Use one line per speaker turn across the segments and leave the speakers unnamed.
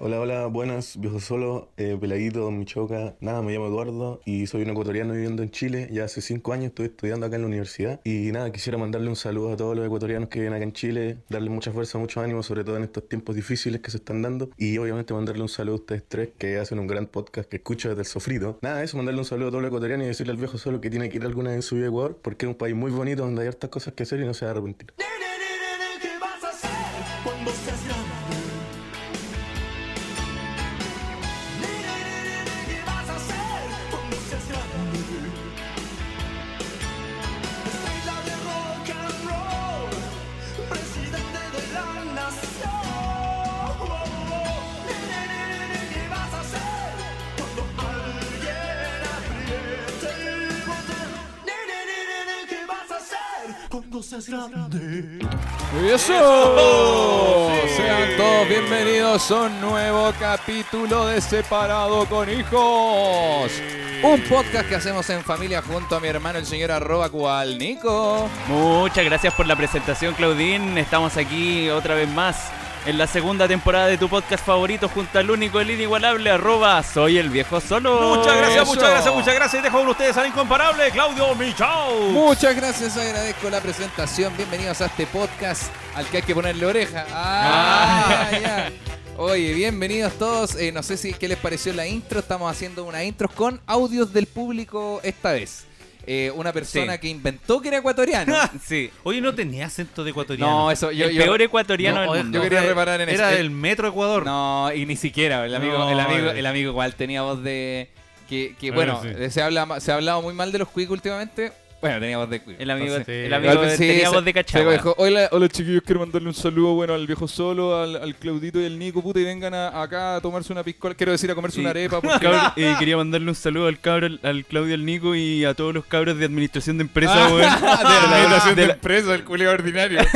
Hola, hola, buenas, viejo solo, eh, peladito, michoca. Nada, me llamo Eduardo y soy un ecuatoriano viviendo en Chile. Ya hace cinco años estoy estudiando acá en la universidad. Y nada, quisiera mandarle un saludo a todos los ecuatorianos que viven acá en Chile, darles mucha fuerza, mucho ánimo, sobre todo en estos tiempos difíciles que se están dando. Y obviamente mandarle un saludo a ustedes tres que hacen un gran podcast que escucho desde el sofrito. Nada, eso, mandarle un saludo a todos los ecuatorianos y decirle al viejo solo que tiene que ir alguna vez en su vida a Ecuador porque es un país muy bonito donde hay hartas cosas que hacer y no se va a arrepentir.
¿Qué vas a hacer cuando seas grande? ¿Qué vas a hacer cuando seas grande? Estrella de rock and roll, presidente de la nación. ¿Qué vas a hacer cuando alguien apriete el botón? ¿Qué vas a hacer cuando seas grande?
¡Eso! Sean todos bienvenidos a un nuevo capítulo de Separado con Hijos. Un podcast que hacemos en familia junto a mi hermano, el señor arroba cual Nico.
Muchas gracias por la presentación, Claudín. Estamos aquí otra vez más en la segunda temporada de tu podcast favorito junto al único, el inigualable, arroba Soy el Viejo Solo.
Muchas gracias,
Eso.
muchas gracias, muchas gracias. Y dejo con ustedes al incomparable Claudio Michau.
Muchas gracias, agradezco la presentación. Bienvenidos a este podcast al que hay que ponerle oreja. Ah, ya. Oye, bienvenidos todos. Eh, no sé si qué les pareció la intro. Estamos haciendo una intro con audios del público esta vez. Eh, una persona
Sí.
que inventó que era ecuatoriano.
Sí.
Oye, no tenía acento de ecuatoriano.
No, eso yo,
el
yo-
peor ecuatoriano
no,
del mundo.
Yo quería reparar en
Era
eso.
del Metro Ecuador.
No, y ni siquiera. El amigo,
No,
el amigo,
eh.
el amigo igual tenía voz de. Que, que,
Ah,
bueno,
sí.
eh, se, habla, ma- se ha hablado muy mal de los cuicos últimamente. Bueno, tenía voz de cuico.
El amigo,
entonces-
Sí.
el amigo
Igual, sí,
tenía
se-
voz de
se
cachagua.
dijo, hola, hola chiquillos, quiero mandarle un saludo bueno al viejo solo, al, al Claudito y al Nico, puta, y vengan a- acá a tomarse una piscola, quiero decir a comerse una arepa, porque
Cabro- eh, quería mandarle un saludo al cabro, al Claudio, al Nico y a todos los cabros de administración de
Ah.
empresa, weón.
de la relación de
la-
empresa, el culiao ordinario.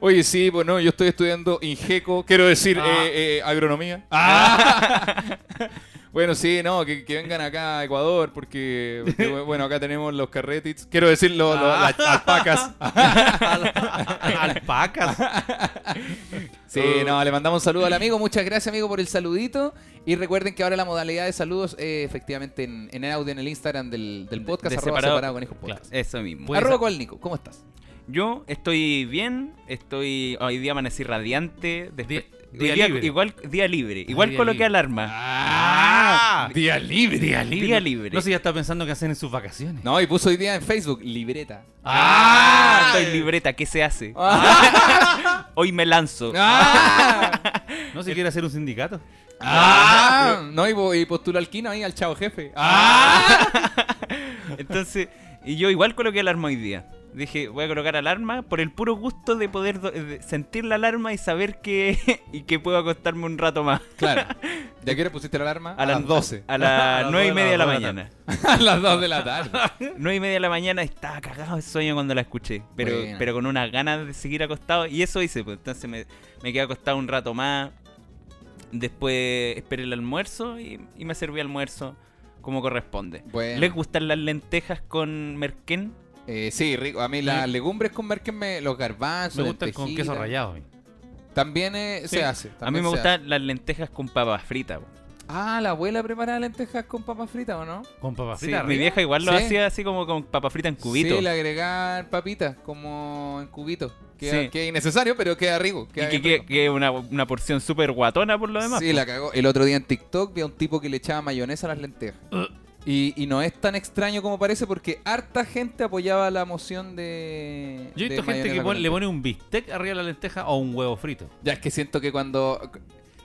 Oye, sí, pues no, yo estoy estudiando Ingeco, quiero decir, eh, eh, agronomía. bueno, sí, no, que, que vengan acá a Ecuador, porque, porque, bueno, acá tenemos los carretits, quiero decir los, los- las alpacas.
Alpacas.
Sí, no, le mandamos un saludo al amigo. Muchas gracias, amigo, por el saludito. Y recuerden que ahora la modalidad de saludos, eh, efectivamente, en, en el audio, en el Instagram del, del podcast,
de
arroba
separado.
separado con hijos podcast.
Eso mismo.
Pues-
arroba cual Nico, ¿cómo estás?
Yo estoy bien, estoy hoy día amanecí radiante, despe-
Día-
hoy
día
día-
libre.
igual día libre, igual
día
coloqué
libre. Ah,
alarma. Ah.
Día libre. Día libre.
Día libre.
No sé, ya está pensando qué hacen en sus vacaciones.
No, y puso hoy día en Facebook, libreta.
Ah, estoy libreta, ¿qué se hace?
Ah.
Hoy me lanzo.
No se quiere hacer un sindicato.
Ah. No, y, po- y postuló al Kino ahí, al chavo jefe. Ah.
Entonces, y yo igual coloqué alarma hoy día. Dije, voy a colocar alarma por el puro gusto de poder do- de sentir la alarma y saber que y que puedo acostarme un rato más.
Claro. ¿Ya qué hora pusiste la alarma? Ah.
A las- Ah, A
A
las
las
nueve y
dos de
media de la
la- dos de la
mañana.
a las 2 de la tarde.
Nueve y media de la mañana estaba cagado de sueño cuando la escuché, pero,
Buena.
pero con unas ganas de seguir acostado y eso hice, pues entonces me, me quedé acostado un rato más, después esperé el almuerzo y, y me serví almuerzo como corresponde.
Bueno.
¿Les gustan las lentejas con merquén?
Eh, sí, rico. A mí las legumbres con merquenme, los garbanzos,
Me gustan con
lentejitas.
queso rallado. a mí.
También eh, se hace.
A mí
también
me
se
gustan las lentejas con papas fritas. po.
Ah, la abuela prepara lentejas con papas fritas, ¿o no?
Con papas
Sí,
fritas.
mi
arriba.
vieja igual lo
Sí.
hacía así como con papas fritas en cubitos.
Sí, le agregan papitas, como en cubitos. Queda-
Sí.
Que es innecesario, pero queda rico.
Y
Queda
que,
bien
que-
rico.
que una, una porción súper guatona por lo demás.
Sí, la cagó. El otro día en TikTok vi a un tipo que le echaba mayonesa a las lentejas.
Uh.
Y, y no es tan extraño como parece porque harta gente apoyaba la moción de.
Yo he
de
visto gente
mayonesa
que
con
pone- le
lentejas.
pone un bistec arriba de la lenteja o un huevo frito.
Ya es que siento que cuando.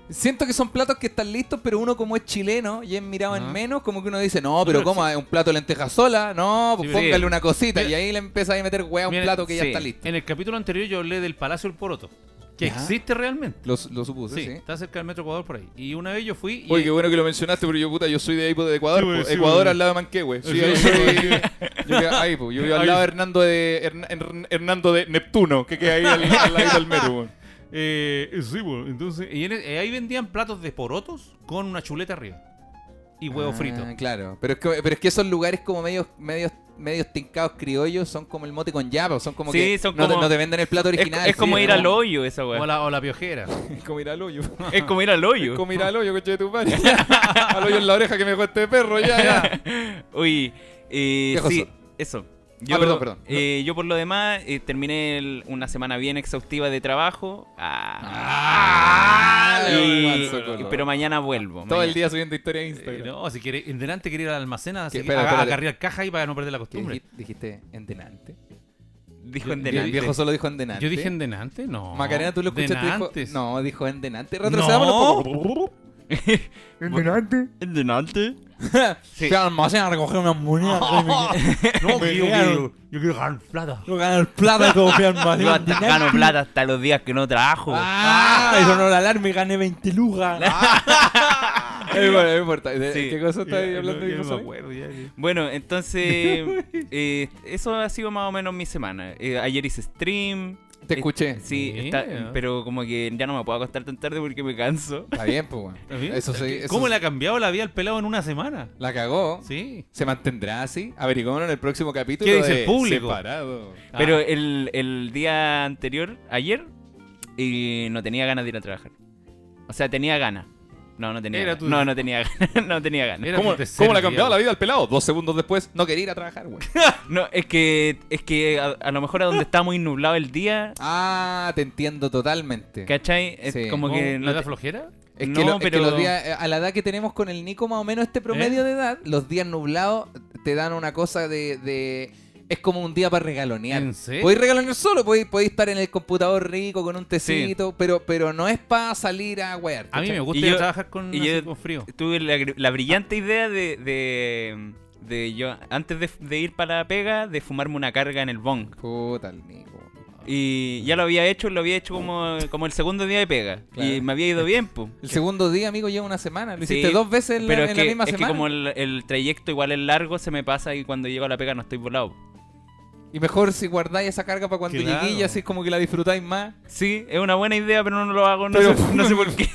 Siento que son platos que están listos, pero uno como es chileno y es mirado en
Ajá.
menos, como que uno dice, no, pero ¿cómo? ¿Es un plato de lentejas sola? No, pues
Sí,
póngale
sí.
una cosita.
Mira-
Y ahí le empieza a meter hueá a un
Mira,
plato que ya
sí.
está listo.
En el capítulo anterior yo hablé del Palacio del Poroto, que
Ya.
existe realmente.
Lo, lo supuse,
Sí,
sí.
está cerca del Metro Ecuador por ahí. Y una vez yo fui y
Oye, qué bueno que lo mencionaste, porque yo, puta, yo soy de ahí, pues, de Ecuador.
Sí,
pues,
pues, sí,
Ecuador
pues.
al lado de Manquehue. Sí,
Sí,
ahí
pues.
soy- Yo vivo ahí, pues. Yo vivo al
Ahí.
lado de Hernando de, Hern- Hern- Hernando de Neptuno, que queda ahí
Ah,
al, al lado del metro, weón.
pues, e, Eh, sí, bueno, entonces. Y en el- eh, ahí vendían platos de porotos con una chuleta arriba.
y huevo
Ah,
frito.
Claro, pero es que, pero es que esos lugares como medios, medios, medios tincados criollos son como el mote con llave, son como
Sí,
que
son
no, te,
como-
no te venden el plato
Es,
original.
es como
sí,
ir al hoyo esa
O
weá.
la, o la piojera. Eh,
Es como ir al hoyo.
Es como ir al hoyo.
como ir al hoyo, coche de tu madre. al hoyo en la oreja que me dejó este perro, ya, ya.
Oye, eh,
Viejo
sí,
zorro.
eso.
perdón, perdón.
eh, yo por lo demás eh, terminé el- una semana bien exhaustiva de trabajo. Ah, y-
Ay, Ah, manso color.
y- pero mañana vuelvo.
Todo el
maña-
día subiendo historia a
Eh,
Instagram.
no, si quiere, en delante quiere ir al almacén a,
Que-
seguir-
espera,
a- a
espérate.
cargar caja y para no perder la
¿Qué
costumbre.
dij- dijiste? ¿En delante?
Dijo en
Y El
delante.
viejo solo dijo en delante.
Yo dije en delante, no.
Macarena, tú lo escuchaste. dijo-
Denantes.
No, dijo en delante. Retrocedamos
No.
¿En delante?
Fui
Sí.
al almacén a recoger unas monedas.
No, que yo quiero, yo quiero ganar plata.
Lo gané el plata como fui al almacén.
Yo hasta gano plata hasta los días que no trabajo.
¡Ah! Y sonó la alarma y gané 20 lugas. Eh, bueno, no importa. ¿De-
Sí.
¿Qué cosa está ahí
Ya,
hablando?
no, ya
viejo
no me
Sonic?
acuerdo, ya, ya.
Bueno, entonces eh, eso ha sido más o menos mi semana. Eh, ayer hice stream.
Te escuché.
Sí,
Mira.
está- pero como que ya no me puedo acostar tan tarde porque me canso.
Está bien, pues, bueno.
¿Está bien?
Eso sí. eso
¿Cómo
sí.
le ha cambiado la vida al pelado en una semana?
La cagó.
Sí.
¿Se mantendrá así? Averiguémonos en el próximo capítulo.
¿Qué dice
de
el público?
Separado.
Ah.
Pero el, el día anterior, ayer, y no tenía ganas de ir a trabajar. O sea, tenía ganas. No, no tenía
Era
ganas.
tu-
No, no tenía ganas. no tenía ganas.
Era
¿Cómo,
tu tercer
¿Cómo le ha
día,
cambiado la
güey.
vida al pelado? Dos segundos después, no quería ir a trabajar, güey.
No, es que, es que a, a lo mejor a donde está muy nublado el día,
ah, te entiendo totalmente.
¿cachai? Es
Sí.
como
¿Cómo?
que
¿Le
no
da
te-
flojera?
Es,
No,
que lo- es que
pero- ¿Eh?
los días, eh, a la edad que tenemos con el Nico, más o menos este promedio de edad, los días nublados te dan una cosa de. de- es como un día para regalonear.
¿En serio?
Podéis regalonear solo, podéis, podéis estar en el computador rico con un tecito, pero, pero no es para salir a wear.
A mí
¿cachai?
me gusta
Y
ir a
yo-
trabajar con,
y
así
yo-
con frío.
tuve la, gr- la brillante idea de, de, de yo, antes de, de ir para la pega, de fumarme una carga en el bong.
Puta el Nico.
Y ya lo había hecho, lo había hecho como, como el segundo día de pega. Y
Claro.
me había ido bien, pues.
El segundo día, amigo, lleva una semana. Lo
Sí,
hiciste dos veces en la,
Pero
en
es
la
que,
misma
es que
semana.
como el, el trayecto igual es largo, se me pasa y cuando llego a la pega no estoy volado.
Y mejor si guardáis esa carga para cuando
Claro.
lleguéis, y así como que la disfrutáis más.
Sí, es una buena idea, pero no lo hago, no,
Pero-
sé, no sé por qué.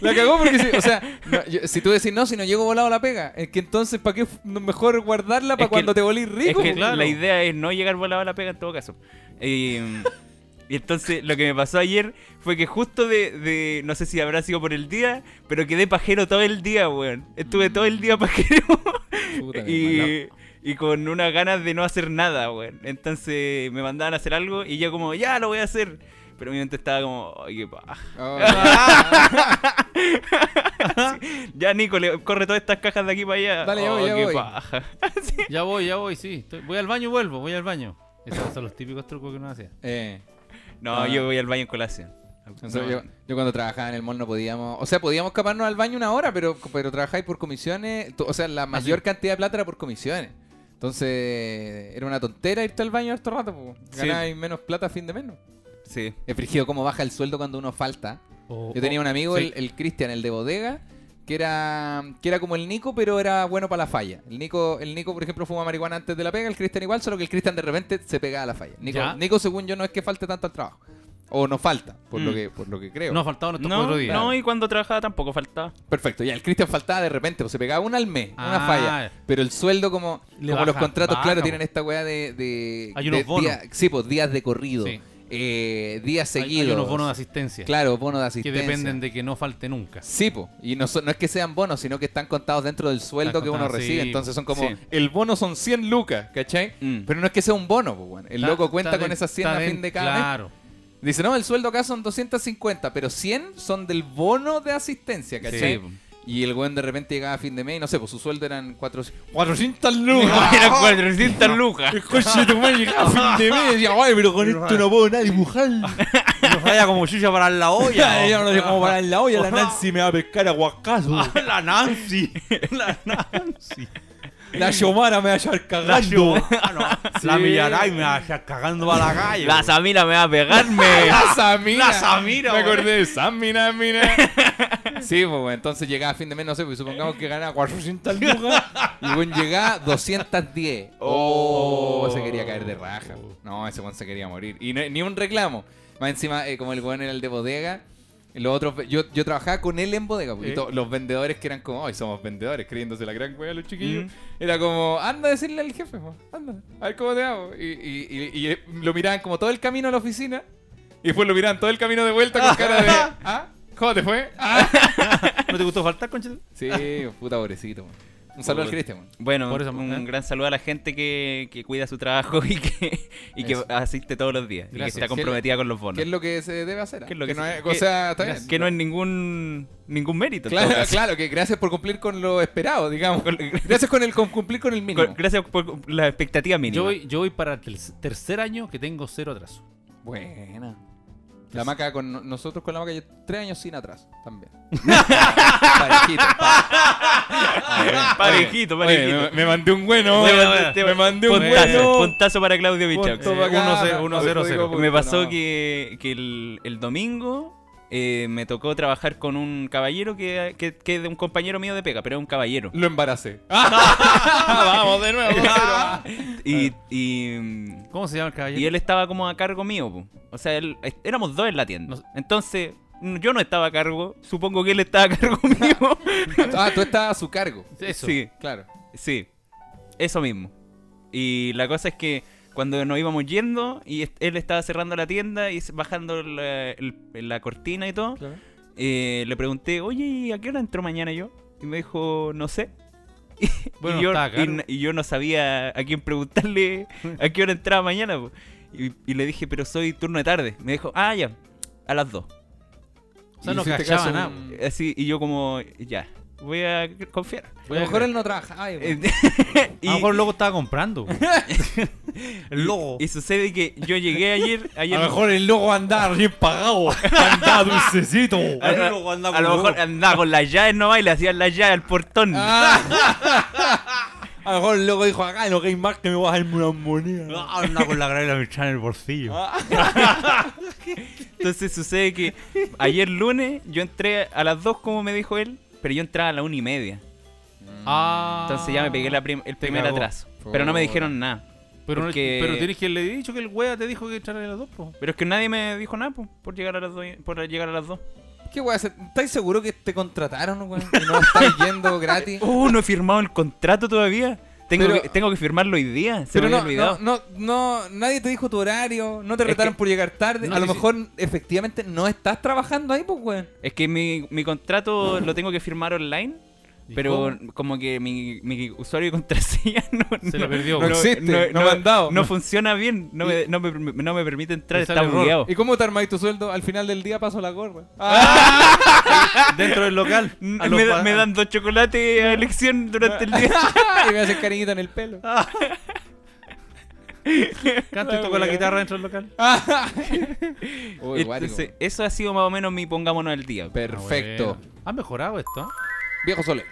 La cagó porque, si, o sea, no, yo- si tú decís no, si no llego volado a la pega, es que entonces, ¿para qué f- no- mejor guardarla para
Es que-
cuando te volís
es
rico?
que
po?
la idea es no llegar volado a la pega en todo caso. Y, y entonces lo que me pasó ayer fue que justo de, de- no sé si habrá sido por el día, pero quedé pajero todo el día, weón. Estuve todo el día pajero.
Puta, mi
y, y con unas ganas de no hacer nada, weón. Entonces me mandaban a hacer algo y yo como, ya lo voy a hacer. Pero mi mente estaba como, ay, qué paja.
Oh, ya.
Ya, Nico, le- corre todas estas cajas de aquí para allá. Oh,
Dale, ya voy, ya
qué
voy.
paja.
Ya voy, ya voy, sí. Estoy- voy al baño y vuelvo, voy al baño. Esos son los típicos trucos que uno hacía.
Eh,
No,
Ah.
yo voy al baño en colación.
nosotros- yo, yo cuando trabajaba en el mall no podíamos, o sea, podíamos escaparnos al baño una hora, pero, pero trabajáis por comisiones, tú- o sea,
Ah,
la mayor cantidad de plata era por comisiones. Entonces, era una tontera irte al baño harto rato, po.
Sí.
ganáis menos plata a fin de menos.
Sí.
Es frigido cómo baja el sueldo cuando uno falta.
O-
Yo tenía
o-
un amigo,
sí.
el, el Cristian, el de bodega, que era, que era como el Nico, pero era bueno para la falla. El Nico, el Nico, por ejemplo, fuma marihuana antes de la pega, el Cristian igual, solo que el Cristian de repente se pegaba a la falla. Nico,
Ya.
Nico, según yo, no es que falte tanto al trabajo. O no falta, por, lo,
Mm.
que, por lo que creo.
No, faltaban estos
No,
cuatro días.
no, y cuando trabajaba tampoco faltaba.
Perfecto, ya, el Cristian faltaba de repente, pues se pegaba una al mes, una
Ah.
falla. Pero el sueldo, como,
Le
como los
baja,
contratos,
baja,
claro,
po.
tienen esta weá de. de-
Hay unos
de
bonos.
día- sí, pues días de corrido,
Sí.
eh, días
Hay-
seguidos.
Hay unos bonos de asistencia.
Claro, bonos de
Que
asistencia.
dependen de que no falte nunca.
Sí, po. y no, son- no es que sean bonos, sino que están contados dentro del sueldo
Están
que uno
contados,
recibe.
sí,
Entonces son como,
sí.
el bono son 100 lucas, ¿cachai?
Mm.
Pero no es que sea un bono, po, weón. el
Está-
loco cuenta
está
con
de-
esas 100 a
está
fin de cada mes.
Claro.
Dice, no, el sueldo acá son 250, pero 100 son del bono de asistencia, ¿cachai?
Sí, po.
Y el weón de repente llegaba a fin de mes y no sé, pues su sueldo eran 400, 400 lucas.
Eran 400 lucas.
Coche de tu madre, llegaba a fin de mes y decía, "Ay, pero con esto no puedo nada dibujar.
No falla como chucha para la
Ya, ya
olla.
no sé cómo parar en la olla, la Nancy me va a pescar a guacazo.
la Nancy. La Nancy.
La Yomara me va a llevar
La
cagando.
Giovanna. La Millaray me va a estar cagando a la calle.
La Samira me va a pegarme.
La Samira.
La Samira,
Me
weón.
acordé de Samina, mina. Sí, pues, weón, entonces llegaba a fin de mes, no sé, pues supongamos que ganaba 400 lucas. Y weón llegaba 210. Oh, se quería caer de raja. No, ese weón se quería morir. Y no- ni un reclamo. Más encima, eh, como el weón era el de bodega, Y Los otros, ve- yo, yo trabajaba con él en bodega, pues, y
¿Eh?
to- los vendedores que eran como, ay, somos vendedores, creyéndose la gran wea los chiquillos.
Mm.
Era como, anda a decirle al jefe, po, anda, a ver cómo te hago. Y, y- y- y, eh, lo miraban como todo el camino a la oficina, y después lo miraban todo el camino de vuelta con cara de, ah, ¿cómo te fue? Ah.
¿No te gustó faltar, concha?
Sí, puta pobrecito, man. Un saludo al Cristian, man.
Bueno,
Por eso,
un
¿eh?
gran saludo a la gente que, que cuida su trabajo y que, y que
Eso.
asiste todos los días. Y que
Gracias.
está comprometida con los bonos.
¿Qué es lo que se debe hacer? ah?
¿Qué es lo que
no
se-
es-
qué-
o sea, está bien.
que no es ningún ningún mérito. en todo
Claro,
caso.
claro, que gracias por cumplir con lo esperado, digamos. Gracias con el con cumplir con el mínimo.
Con- Gracias por la expectativa mínima.
Yo voy, yo voy para el tel- tercer año que tengo cero atraso.
Buena. La maca con no- nosotros con la maca lle- tres años sin atrás también. parejito.
Ah, Parejito, parejito.
me, me mandé un bueno.
Me
Me
mandé-
mandé, un
puntazo,
bueno.
puntazo para Claudio Bichau.
Punto para acá.
uno cero, uno cero,
Código
cero.
punto,
Me pasó
no.
que, que el, el domingo eh, me tocó trabajar con un caballero que, que, que es de un compañero mío de pega, pero es un caballero.
lo embaracé. Ah,
Vamos de nuevo.
Y, y, mm,
¿Cómo se llama el caballero?
y él estaba como a cargo mío. po. O sea, él- es- éramos dos en la tienda.
No-
Entonces, mm, yo no estaba a cargo. Supongo que él estaba a cargo mío.
Ah, tú estabas a su cargo.
Eso.
Sí.
Claro.
Sí, eso mismo. Y la cosa es que cuando nos íbamos yendo y est- él estaba cerrando la tienda y s- bajando la, el- la cortina y todo,
Claro.
eh, le pregunté, oye, ¿y a qué hora entro mañana yo? Y me dijo, no sé.
Bueno,
y, yo,
estaba
y
caro.
n- y yo no sabía a quién preguntarle a qué hora entraba mañana. po. Y, y le dije, pero soy turno de tarde. Me dijo, ah, ya, a las dos.
O sea,
Y
no
hiciste
cachaba
caso,
nada.
mm,
Así, y yo como, ya, voy a c- confiar.
A Eh, lo mejor él no trabajaba. ay, bueno.
Este,
Eh, A lo mejor el loco estaba comprando. el logo.
Y sucede que yo llegué ayer. ayer
el logo andaba bien pagado. Andaba dulcecito.
a, a- a lo mejor andaba con las llaves nomás y le hacían las llaves al portón.
Ah.
Ah. A lo mejor el loco dijo acá, no que más que me voy a hacer una moneda.
Andaba con la gravedad mechada en el bolsillo.
Entonces sucede que ayer lunes yo entré a las 2 como me dijo él, pero yo entraba a la una y media.
Ah.
Entonces ya me pegué la prim- el primer
cagó.
atraso. Pero no
Puta.
me dijeron nada.
Pero, no-
porque-
pero tienes que le he dicho que el wea te dijo que echarle las dos, po.
Pero es que nadie me dijo nada po, por llegar a las 2. Por llegar a las 2.
¿Qué weá? ¿Estáis seguro que te contrataron, weón? Y no estáis yendo gratis.
Uh, no he firmado el contrato todavía. Tengo,
Pero-
que, tengo que firmarlo hoy día. Se
Pero
me
no,
había olvidado.
no, no, no, nadie te dijo tu horario, no te
Es
retaron
que-
por llegar tarde.
no,
a lo
y si-
mejor, efectivamente, no estás trabajando ahí, pues, weón.
Es que mi, mi contrato lo tengo que firmar online.
¿Y
Pero como que mi, mi usuario y contraseña no,
Se lo perdió.
No existe, no me han dado.
no funciona bien, no me, no me, perm- no me permite entrar,
Te
está
sale error.
bugueado.
¿Y cómo te armáis tu sueldo? Al final del día paso la gorra.
Dentro del local. a los
Mm, Me, da-
pa-
me dan dos chocolates a elección durante el día.
Ah, y me hacen cariñita en el pelo.
Canto y toco la guitarra dentro del local.
Ah. Uy,
Entonces,
guático.
eso ha sido más o menos mi pongámonos al día.
Perfecto.
Ah, bueno. Ha mejorado esto.
Viejo Sole.
¿eh?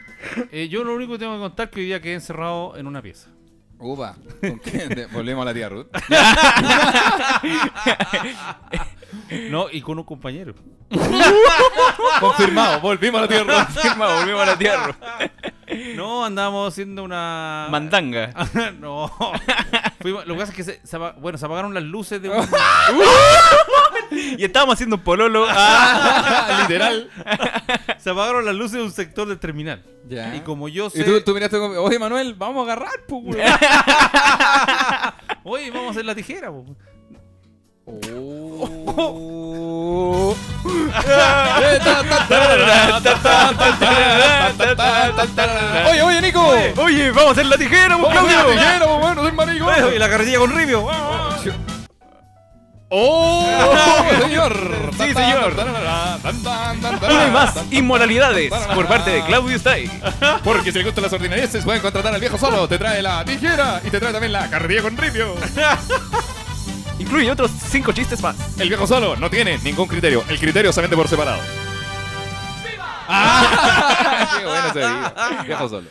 Eh, yo lo único que tengo que contar es que hoy día quedé encerrado en una pieza.
Upa. ¿Con quién? De- Volvemos a la tía Ruth.
No, y con un compañero.
Confirmado, volvimos a la tía Ruth.
Firma, volvemos a la tierra.
No, andábamos haciendo una.
Mandanga.
no. Fuimos- lo que pasa es que se, se apa- bueno, se apagaron las luces de un-
Y estábamos haciendo un pololo.
literal. se apagaron las luces de un sector del terminal.
Ya.
Y como yo sé.
Y tú, tú miraste como, oye Manuel, vamos a agarrar, pues, weón.
Oye, vamos a hacer la tijera. po.
Oh. Eh, ta, ta, ta, ta, ta, ta, ta, ta, ta, ta. Oye, oye, Nico.
Oye, vamos a hacer la tijera, pues,
Claudio,
Claudio.
tijera, pues, bueno, soy marico.
Y la carretilla con ribio.
Oh, señor.
Sí, señor. Una y más, inmoralidades por parte de Claudio Stay.
Porque si le gustan las ordinarices, pueden contratar al viejo solo. Te trae la tijera y te trae también la carretilla con ripio.
Incluye otros cinco chistes más.
El viejo solo no tiene ningún criterio. El criterio se vende por separado.
Ah, Qué bueno se diga. Viejo solo.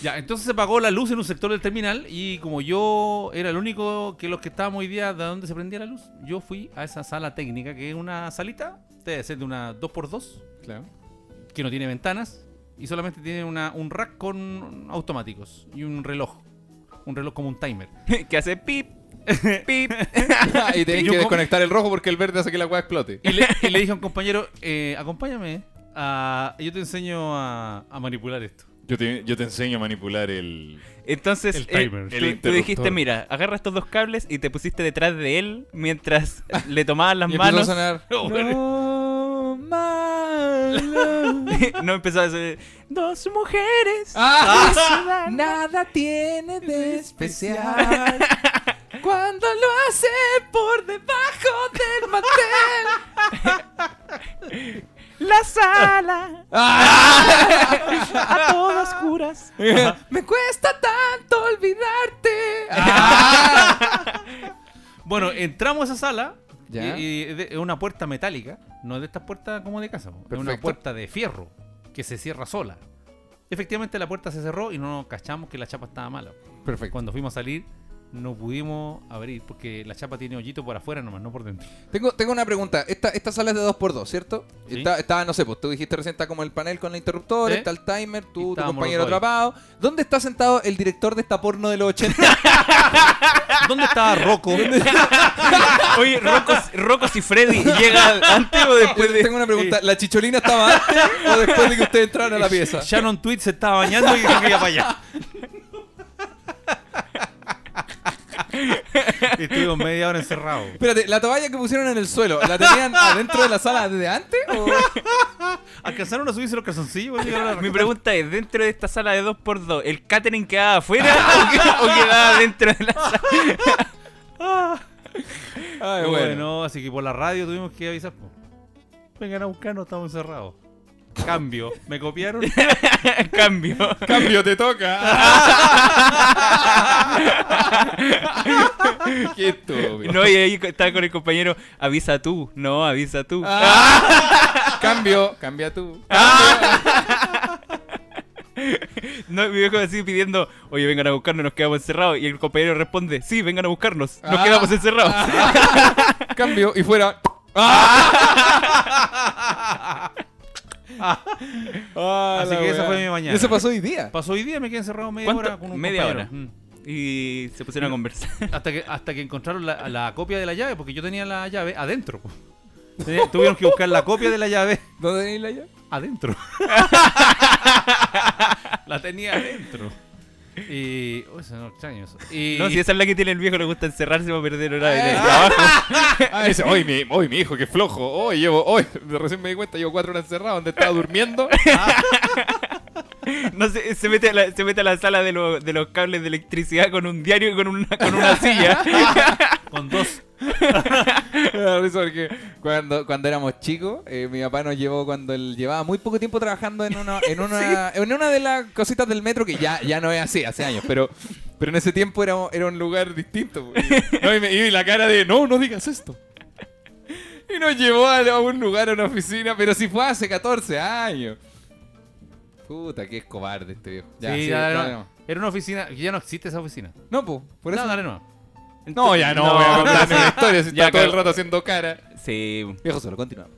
Ya, entonces se apagó la luz en un sector del terminal y como yo era el único que los que estábamos hoy día de donde se prendía la luz, yo fui a esa sala técnica que es una salita, debe ser de una 2x2,
Claro.
que no tiene ventanas y solamente tiene una, un rack con automáticos y un reloj. Un reloj como un timer.
Que hace pip, Pip.
Ah, y tenés
Yo
que
com-
desconectar el rojo porque el verde hace que la weá explote.
Y le, y le dije a un compañero, eh, acompáñame, a- yo te enseño a, a manipular esto.
Yo te, yo te enseño a manipular el.
Entonces,
El
eh,
timer.
tú-
El
tú,
interruptor.
dijiste, mira, agarra estos dos cables y te pusiste detrás de él mientras le tomabas las
Y empezó a
manos.
sonar.
No, no empezaba a ser dos mujeres.
Ah, nada tiene de especial cuando lo hace por debajo del mantel.
La sala
Ah.
a todas curas.
Me cuesta tanto olvidarte.
Bueno, entramos a esa sala,
Ya.
y, y es de- es una puerta metálica, no es de estas puertas como de casa, po, es una
Perfecto.
puerta de fierro, que se cierra sola. Efectivamente la puerta se cerró y no nos cachamos que la chapa estaba mala.
Perfecto.
Cuando fuimos a salir, no pudimos abrir porque la chapa tiene hoyito por afuera nomás, no por dentro.
Tengo, tengo una pregunta. Esta, esta sala es de 2x2, ¿cierto?
Sí.
Está, está, no sé, pues tú dijiste recién está como el panel con el interruptor,
Sí.
está el timer,
Y
tú, tu
estábamos
compañero
los dos
atrapado. ¿Dónde está sentado el director de esta porno de los 80?
¿Dónde estaba Rocco?
Oye, Rocos, Rocos y Freddy, ¿llega antes o
pues,
después de.?
Tengo una pregunta. ¿La chicholina estaba antes o después de que ustedes entraron a la pieza?
Shannon Tweet se estaba bañando y dijo que iba para allá. Y Estuvimos media hora encerrados.
Espérate, ¿la toalla que pusieron en el suelo, la tenían adentro de la sala desde antes? o-
¿Alcanzaron a subirse los calzoncillos? Bueno, llegaron a la-
Mi pregunta es, dentro de esta sala de 2x2, ¿el catering quedaba afuera o, que- o quedaba dentro de la sala?
Ay,
bueno.
Ah, bueno.
así que por la radio tuvimos que avisar. po. Vengan a buscarnos, estamos encerrados. Cambio, me copiaron.
Cambio.
¡Cambio, te toca! ¡Qué estúpido!
No, y ahí estaba con el compañero, avisa tú, no, avisa tú.
Ah.
Ah,
Cambio, cambia tú.
No, mi viejo así pidiendo, oye, vengan a buscarnos, nos quedamos encerrados. Y el compañero responde, sí, vengan a buscarnos, nos
Ah.
quedamos encerrados.
Cambio y fuera. Ah,
Así
la
que esa
weá.
fue mi mañana.
Y eso pasó hoy día.
Pasó hoy día, me quedé encerrado media
¿Cuánto?
hora con un
Media
compañero.
hora.
Mm.
Y se pusieron a conversar.
Hasta que, hasta que encontraron la, la copia de la llave, porque yo tenía la llave adentro. po. Tenía- tuvieron que buscar la copia de la llave
¿Dónde tenéis la llave?
adentro. la tenía adentro. Y. Uy, se nos extraño eso. Y,
No, si esa es la que tiene el viejo, le gusta encerrarse para perder hora de
Eh.
trabajo.
Ah, dice, hoy mi, hoy mi hijo, qué flojo. Hoy llevo, hoy, recién me di cuenta, llevo cuatro horas encerrado donde estaba durmiendo.
No sé, se mete a la, se mete a la sala de, los- de los cables de electricidad con un diario y con una, con una silla.
Con dos.
Me da risa porque cuando, cuando éramos chicos, eh, mi papá nos llevó cuando él llevaba muy poco tiempo trabajando en una, en una, en una de las cositas del metro que ya, ya no es así, hace años, pero, pero en ese tiempo era, era un lugar distinto. pues.
No, y, me- y la cara de, no, no digas esto.
Y nos llevó a, a un lugar, a una oficina, pero si fue hace 14 años. Puta, qué es cobarde este viejo. Ya,
Sí,
sí,
ya
dale
era,
nomás.
era una oficina. que Ya no existe esa oficina.
No, pues, por eso.
No, dale no.
No, ya no,
No,
voy a contar
no,
esa historia, si
Ya,
está todo el
claro.
rato haciendo cara.
Sí,
Viejo solo, continuamos.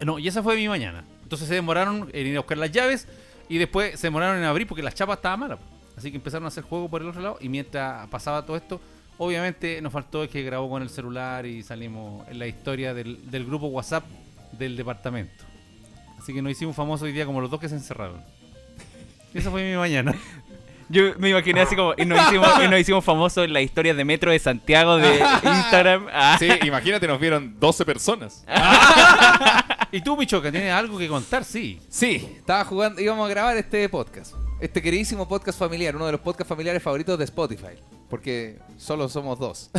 No, y esa fue mi mañana. Entonces se demoraron en ir a buscar las llaves y después se demoraron en abrir porque la chapa estaba mala. Así que empezaron a hacer juego por el otro lado y mientras pasaba todo esto, obviamente nos faltó el que grabó con el celular y salimos en la historia del, del grupo WhatsApp del departamento. Así que nos hicimos famosos hoy día como los dos que se encerraron. Esa fue mi mañana.
Yo me imaginé así como, y nos hicimos, y nos hicimos famosos en las historias de Metro de Santiago de Instagram. Ah,
Sí, imagínate, nos vieron 12 personas.
Y tú, Michoca, tienes algo que contar, sí.
Sí, estaba jugando, íbamos a grabar este podcast. Este queridísimo podcast familiar, uno de los podcasts familiares favoritos de Spotify. Porque solo somos dos.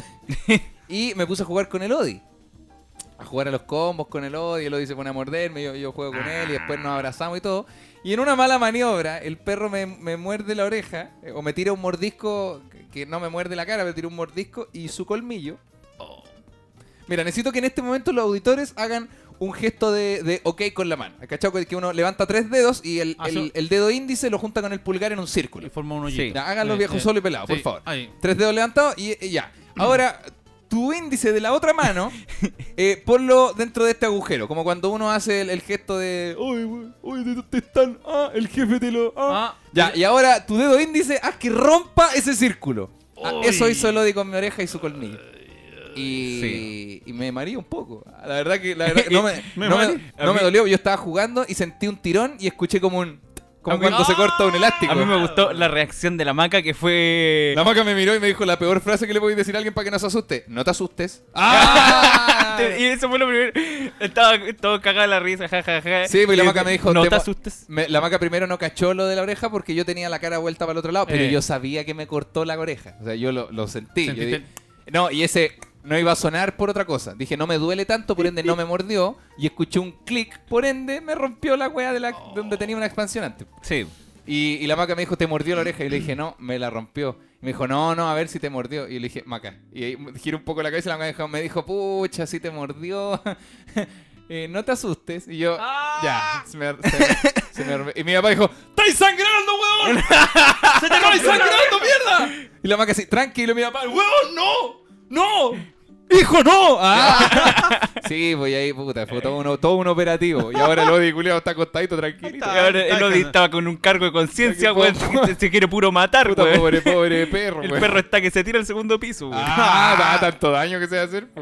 y me puse a jugar con el Odi. A jugar a los combos con el Odi. El Odi se pone a morderme, yo, yo juego con él y después
Ah.
nos abrazamos y todo. Y en una mala maniobra, el perro me, me muerde la oreja eh, o me tira un mordisco que- que no me muerde la cara, me tira un mordisco y su colmillo. Oh. Mira, necesito que en este momento los auditores hagan un gesto de, de ok con la mano. ¿Cachado? Que uno levanta tres dedos y el,
Ah,
el-
sí.
el dedo índice lo junta con el pulgar en un
Y
círculo.
forma un hoyito.
Ya, háganlo
Eh,
viejo
eh,
solo y pelado,
sí.
por favor.
Ahí.
Tres dedos levantados y, y ya. Ahora, tu índice de la otra mano, eh, ponlo dentro de este agujero. Como cuando uno hace el, el gesto de. "Uy, uy, uy, te, te están! ¡Ah! El jefe te lo. ah".
Ah,
Ya, y ahora tu dedo índice haz que rompa ese círculo. Ah, eso hizo Lodi con mi oreja y su colmillo. Y, y me mareé un poco. La verdad que, la verdad que no, me,
Me
no me-
mareé.
no me dolió. Yo estaba jugando y sentí un tirón y escuché como un... Como
A mí-
cuando se corta un elástico.
A mí me gustó la reacción de la maca que fue.
La maca me miró y me dijo la peor frase que le podéis decir a alguien para que no se asuste. No te asustes.
¡Ah!
Y eso fue lo primero. Estaba todo cagado de la risa, jajaja.
Sí, pues la maca me dijo...
eh, No te
mo-
asustes.
me- la maca primero no cachó lo de la oreja porque yo tenía la cara vuelta para el otro lado, pero
Eh.
yo sabía que me cortó la oreja. O sea, yo lo, lo sentí. Yo
Sentiste-
di- no, y ese no iba a sonar por otra cosa. Dije, no me duele tanto, por ende no me mordió. Y escuché un clic, por ende me rompió la wea de la, donde tenía una expansión antes.
Sí.
Y, y la maca me dijo, te mordió la oreja. Y le dije, no, me la rompió. Y me dijo, no, no, a ver si te mordió. Y le dije, maca. Y ahí giré un poco la cabeza y la maca dijo- me dijo, pucha, si te mordió. Eh, no te asustes. Y yo, ya. Se me, se me- se me arme- y mi papá dijo,
¡Estáis sangrando, weón! ¡Se te ¡Estáis sangrando, mierda!
y la maca así, tranquilo, mi papá.
¡Weón, no! ¡No!
¡Hijo, no!
Sí, pues y ahí, puta, fue todo un, todo un operativo. Y ahora el Odi culiao está acostadito,
Y
tranquilito.
ahora el Odi estaba con un cargo de conciencia, weón. Se, se quiere puro matar,
Puta,
weón.
pobre, pobre perro,
pues. El
weón.
pues.
perro está que se tira al segundo piso, weón.
Ah, da tanto daño que se va a hacer. po.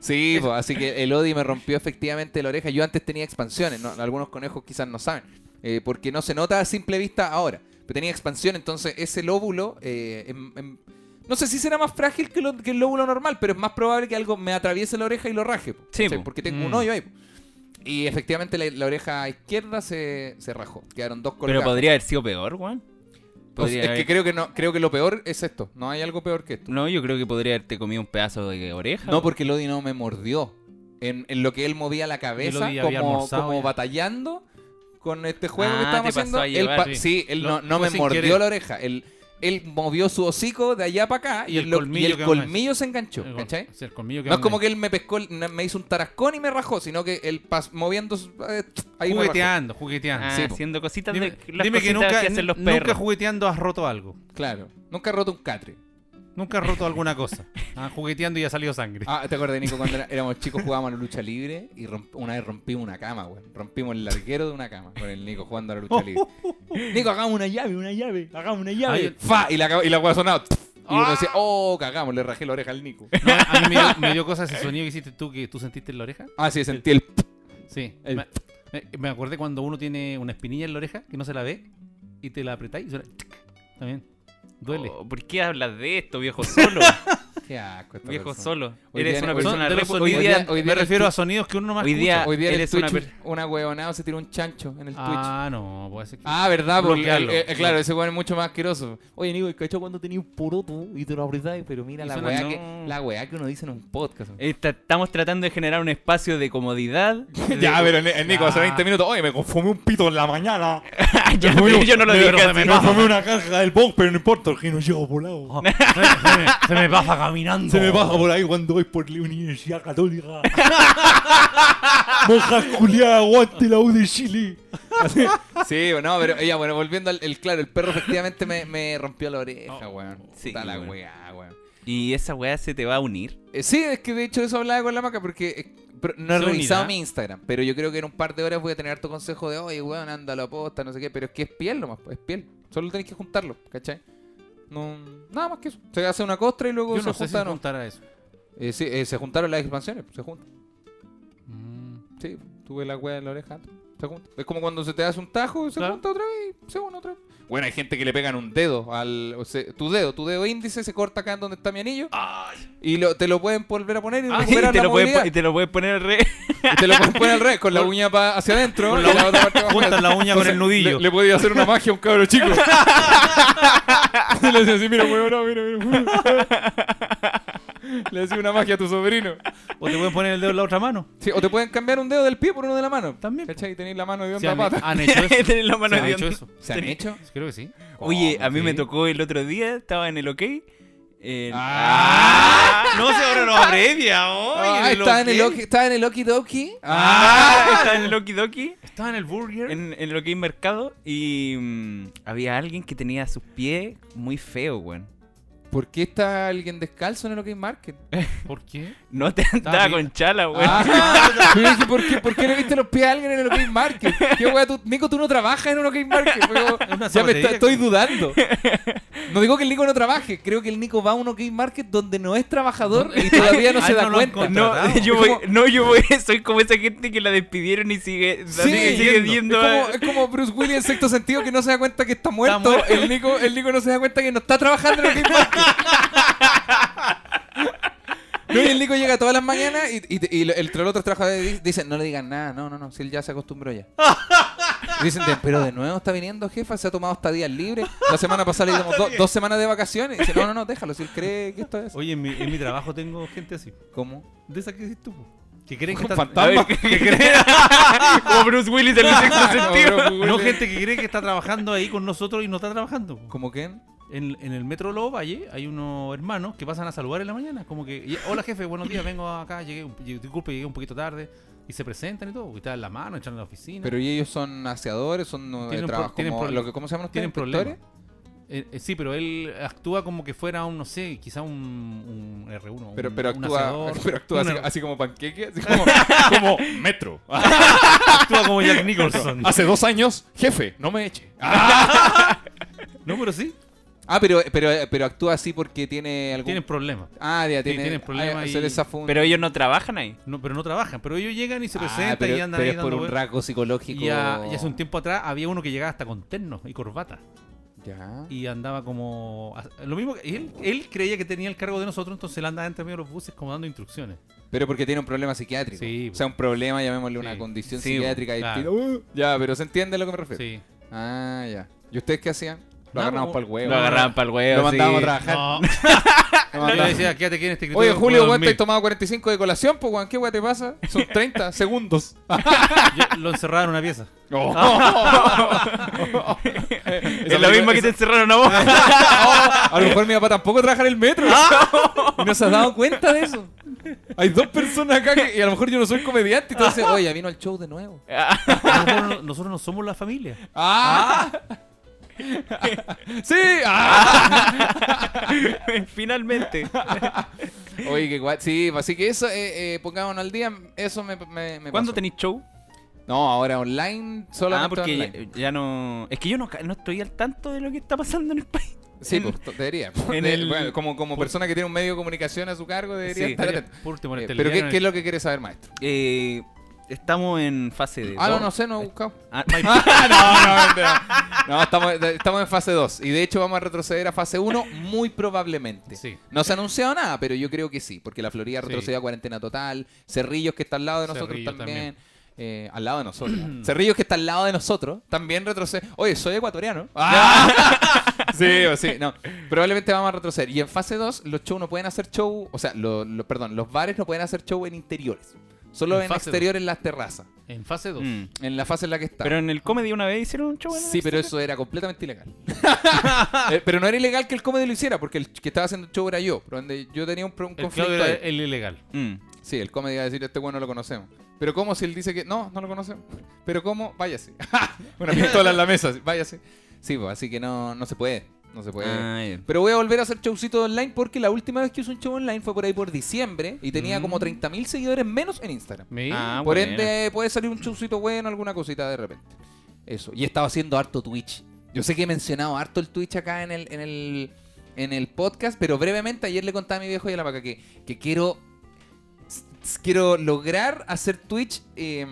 Sí, pues, así que el Odi me rompió efectivamente la oreja. Yo antes tenía expansiones, ¿no? algunos conejos quizás no saben, eh, porque no se nota a simple vista ahora. Pero tenía expansión, entonces ese lóbulo, eh, em- em- no sé si será más frágil que, lo- que el lóbulo normal, pero es más probable que algo me atraviese la oreja y lo raje. po,
Sí,
¿cachai?
po. Mm.
porque tengo un hoyo ahí. po. Y efectivamente la, la oreja izquierda se, se rajó. Quedaron dos
Pero
colgadas.
podría haber sido peor, weón.
O sea,
podría
es que
haber-
creo que no, creo que lo peor es esto. No hay algo peor que esto.
No, yo creo que podría haberte comido un pedazo de oreja.
No, porque Lodi no me mordió. En, en lo que él movía la cabeza,
Lodi había
como,
almorzado
como
ya.
batallando con este juego
Ah,
que estábamos
te pasó
haciendo.
a
Él
llevar,
pa-
sí.
sí, él
Lo-
no, no
fue
me
sin
mordió
querer.
la oreja. Él, él movió su hocico de allá para acá y,
Y el
lo-
colmillo
y el
quedó en
colmillo se enganchó.
El-
¿cachai?
sí, el colmillo
No es como
que
que él me pescó, el- me hizo un tarascón y me rajó, sino que él pas- moviendo su- eh, ahí me rajó.
jugueteando, jugueteando.
Ah,
sí, po.
haciendo cositas
Dime,
de las
dime que
cositas
nunca,
que hacen los
nunca
perros.
jugueteando has roto algo.
Claro. Nunca he roto un catre.
Nunca has roto alguna cosa. Ah, jugueteando y ha salido sangre.
Ah, ¿te acuerdas, Nico? Cuando era- éramos chicos jugábamos a la lucha libre y romp- una vez rompimos una cama, güey. Rompimos el larguero de una cama con el Nico jugando a la lucha libre. Nico, hagamos una llave, una llave, hagamos una llave.
Ay, Ah.
¡Fa! Y la, ca- y la hueá sonaba. Y uno decía, oh, cagamos, le rajé la oreja al Nico.
No, a mí me dio, me dio cosa ese sonido que hiciste tú que tú sentiste en la oreja.
Ah, sí, sentí el...
Sí.
El-
Me, me- me acordé cuando uno tiene una espinilla en la oreja que no se la ve y te la apretáis y suena. tic. También. Duele.
Oh, ¿Por qué hablas de esto, viejo solo?
Qué asco esta
viejo
persona.
solo.
Hoy
Eres
día-
una
hoy-
Son
persona
de
re-
los
Hoy
sonidos-
día.
hoy día
me
en el
refiero
Twitch-
a sonidos que uno no más
hoy día-
Hoy día en el
Eres
Twitch,
una
una, huevonada se tiró un chancho en el Twitch.
Ah, no, puede ser que.
Ah, ¿verdad? Porque,
Bloquearlo.
eh, eh, claro, ese weón es mucho más asqueroso. Oye, Nico, ¿cachó cuando tenía un poroto y te lo apretáis? Pero mira
Y
la
suena,
weá,
no.
que, la weá que uno dice en un podcast.
Eh, ta- Estamos tratando de generar un espacio de comodidad.
ya, pero el, el Nico hace 20 minutos. Oye, me confumé un pito en la mañana.
Ya,
Me fumé-
yo no lo
me-
dije
me-
así.
Me confumé una caja del box, pero no importa, el no llego volado.
Se, se me, se me pasa caminando.
Se me baja por ahí cuando voy por la Universidad Católica. Monjas culiadas, aguante la U de Chile.
Sí, no, pero ya, bueno, volviendo al el, claro, el perro efectivamente me, me rompió la
Oh,
oreja, weón.
Sí,
Está la
weón.
weá, weón.
Y esa weá se te va a unir.
Eh, sí, es que de hecho eso hablaba con la maca porque eh, pero no he
Se
revisado
unirá.
mi Instagram, pero yo creo que en un par de horas voy a tener tu consejo de, oye, weón, ándalo a posta, no sé qué, pero es que es piel nomás, pues, es piel. Solo tenés que juntarlo, ¿cachai? No, nada más que eso. Se hace una costra y luego
Yo
se
no sé si
junta, ¿no?
contar a eso.
Eh, sí, eh, se juntaron las expansiones, se juntan.
Mm.
Sí, tuve la weá en la oreja, se junta. Es como cuando se te hace un tajo, se
Claro.
junta otra vez y se une otra vez. Bueno, hay gente que le pegan un dedo al. o sea, tu dedo, tu dedo índice se corta acá en donde está mi anillo. Y lo- te lo pueden volver a poner y
Ah,
y,
recuperar
Ah, te
la
lo puedes,
movilidad.
po- y te lo puedes poner al re.
Y te lo pueden poner al revés, con la uña pa- hacia adentro. y la otra parte para afuera.
Juntas la uña con el nudillo.
Le, le podía hacer una magia a un cabro chico. le hacía así, mira, weón, no, mira, mira. Le hacía una magia a tu sobrino.
O te pueden poner el dedo en la otra mano.
Sí, o te pueden cambiar un dedo del pie por uno de la mano.
También, po.
¿Cachai? Y tenéis la mano de
Sí,
onda
han,
pata.
han hecho eso.
Tener la mano
Sí, han
de
hecho
onda.
eso.
¿Se han hecho?
Creo que sí. Oh,
Oye, a mí
Sí.
me tocó el otro día, estaba en el OK. el- Ah.
No se ahora lo abrevia.
Ah, estaba en el Oki- estaba en el Okidoki.
Ah, estaba en el Oki Doki,
Estaba en el burger.
en, en el OK Mercado, y mm, había alguien que tenía sus pies muy feos, weón.
¿Por qué está alguien descalzo en el Ah. OK Market?
¿Por qué?
No te andaba
bien.
con chala, weón.
Ah, yo dije, ¿por qué, ¿por qué le viste los pies a alguien en el OK Market? ¿Qué wea, tú, Nico, tú no trabajas en un OK Market. Fue como,
una
ya me
zapatería.
está- estoy dudando. No digo que el Nico no trabaje, creo que el Nico va a un OK Market donde no es trabajador y todavía no
Ahí
se da
Ah, no lo
cuenta.
encontré.
No,
contratado.
yo
Es
voy,
como-
no, yo voy, soy como esa gente que la despidieron y sigue, la
Sí,
sigue, sigue yendo. eh.
es,
a-
como, es como Bruce Willis en sexto sentido que no se da cuenta que está muerto.
muerto.
El, Nico, el Nico no se da cuenta que no está trabajando en el Game Market. No, y el Nico llega todas las mañanas y, y- y el, el otro trabajador di- dice, no le digan nada, no, no, no, si él ya se acostumbró ya. Y Dicen, "De- pero de nuevo está viniendo, jefa, se ha tomado hasta días libres. La semana pasada le dimos do- dos semanas de vacaciones. Y dice, no, no, no, déjalo, si él cree que esto es...
Oye, en mi, en mi trabajo tengo gente así.
¿Cómo?
De esa que decís tú. po. Que creen que
Un
está...
a ver, ¿qué crees? como Bruce Willis del sexto sentido.
No, gente que cree que está trabajando ahí con nosotros y no está trabajando. po.
¿Cómo que?
En, en el metro Lobo Valle hay unos hermanos que pasan a saludar en la mañana. Como que, y- hola jefe, buenos días, vengo acá, llegué, un- lle- disculpe, llegué un poquito tarde. Y se presentan y todo, y te dan la mano, echan a la oficina.
Pero ¿y ellos son aseadores, son eh,
Tienen pro-
trabajo,
tienen
como-
problemas.
lo que, ¿cómo se llaman ustedes?
tienen problemas.
¿Inspectores?
Eh, eh, sí, pero él actúa como que fuera un, no sé, quizá un, un R1. un-
Pero, pero
un
actúa,
aseador,
pero actúa
un
así,
R-
así como panqueque, así como, como metro.
actúa como Jack Nicholson.
Hace dos años, jefe, no me eche.
no, pero sí,
Ah, pero, pero, pero actúa así porque tiene algún...
tienen problemas.
Ah, ya tiene...
tienen problemas
ah,
y-
se les zafó un-
Pero ellos no trabajan ahí.
No, pero no trabajan, pero ellos llegan y se
Ah,
presentan
pero-
y andan
pero
ahí
es por
dando
un
vueltas.
rasgo psicológico...
Y, ya- y hace un tiempo atrás había uno que llegaba hasta con ternos y corbata.
Ya.
y andaba como lo mismo que él, él creía que tenía el cargo de nosotros entonces él andaba entre medio de los buses como dando instrucciones
Pero porque tiene un problema psiquiátrico.
Sí,
o sea, un problema, llamémosle una
Sí.
condición
Sí,
psiquiátrica.
claro.
distinta. Uh, ya, pero se entiende a lo que me refiero.
sí
Ah, ya. ¿Y ustedes qué hacían? Lo
No,
agarramos
como-
para el huevo.
Lo agarraban para el huevo.
Lo mandábamos
sí.
a trabajar.
no
Lo
yo
mandábamos.
decía quédate aquí en este escritorio
Oye, Julio,
voy a
weón, te has
dormir".
tomado 45 de colación, pues, weón, ¿qué weón te pasa? Son 30 segundos.
Yo lo encerraba en una pieza
Oh. Es lo mismo que te encerraron a vos.
A lo mejor mi papá tampoco trabaja en el metro.
Ah.
Y no se has dado cuenta de eso. Hay dos personas acá que, y a lo mejor yo no soy comediante. Entonces, oye, ya vino al show de nuevo.
nosotros, no- nosotros no somos la familia
¡Ah! ¡Sí! ¡Ah!
Finalmente.
Oye, qué guay. Sí, así que eso, eh, eh, pongámonos al día. Eso me. me, me
¿Cuándo
pasó.
tenéis show?
No, ahora online, solamente
Ah, porque
online.
ya, ya no. Es que yo no, ca- no estoy al tanto de lo que está pasando en el país.
Sí,
en-
pues, to- debería.
en
De-
el-
bueno, como como persona que tiene un medio de comunicación a su cargo, debería
Sí.
estar atento.
por último en el
Eh, Pero, ¿qué,
telediario,
¿qué es
en
lo que quiere saber, maestro?
Eh, estamos en fase de.
Ah, no,
dos.
no sé, no he
Eh.
buscado.
Ah,
Ah, no, no, no, no, estamos, estamos en fase 2 y de hecho vamos a retroceder a fase 1 muy probablemente.
Sí.
No se ha anunciado nada, pero yo creo que sí, porque la Florida
Sí.
retrocedió a cuarentena total, Cerrillos que está al lado de nosotros
Cerrillos
también.
también.
eh, al lado de nosotros. ¿eh? Cerrillos que está al lado de nosotros también retrocede. Oye, soy ecuatoriano.
Ah.
sí, o sí, no. Probablemente vamos a retroceder. Y en fase 2, los shows no pueden hacer show. O sea, lo- lo- perdón, los bares no pueden hacer show en interiores. Solo
En
en,
fase dos.
exteriores, en las terrazas.
en fase 2
mm.
En la fase en la que está.
Pero en el comedy una vez hicieron un show. en el
Sí, pero
exterior.
eso era completamente ilegal. Eh, pero no era ilegal que el comedy lo hiciera, porque el que estaba haciendo el show era yo. Pero donde yo tenía un, pro- un
el Claudio
conflicto.
era
ahí.
el ilegal
Mm.
Sí, el comedy iba a decir, este bueno lo conocemos. Pero ¿cómo si él dice que no, no lo conocemos? Pero ¿cómo? Váyase. Una pistola en la mesa, así, váyase. Sí, pues, así que no, no se puede. No se puede.
Ah, ya.
Pero voy a volver a hacer showcito online porque la última vez que hice un show online fue por ahí por diciembre y tenía como 30.000 seguidores menos en Instagram.
Me-
Ah,
Por
bueno.
ende, puede salir un chusito bueno, alguna cosita de repente. Eso. Y estaba haciendo harto Twitch. Yo sé que he mencionado harto el Twitch acá en el, en el, en el podcast, pero brevemente ayer le contaba a mi viejo y a la vaca que, que quiero, s- s- quiero lograr hacer Twitch eh,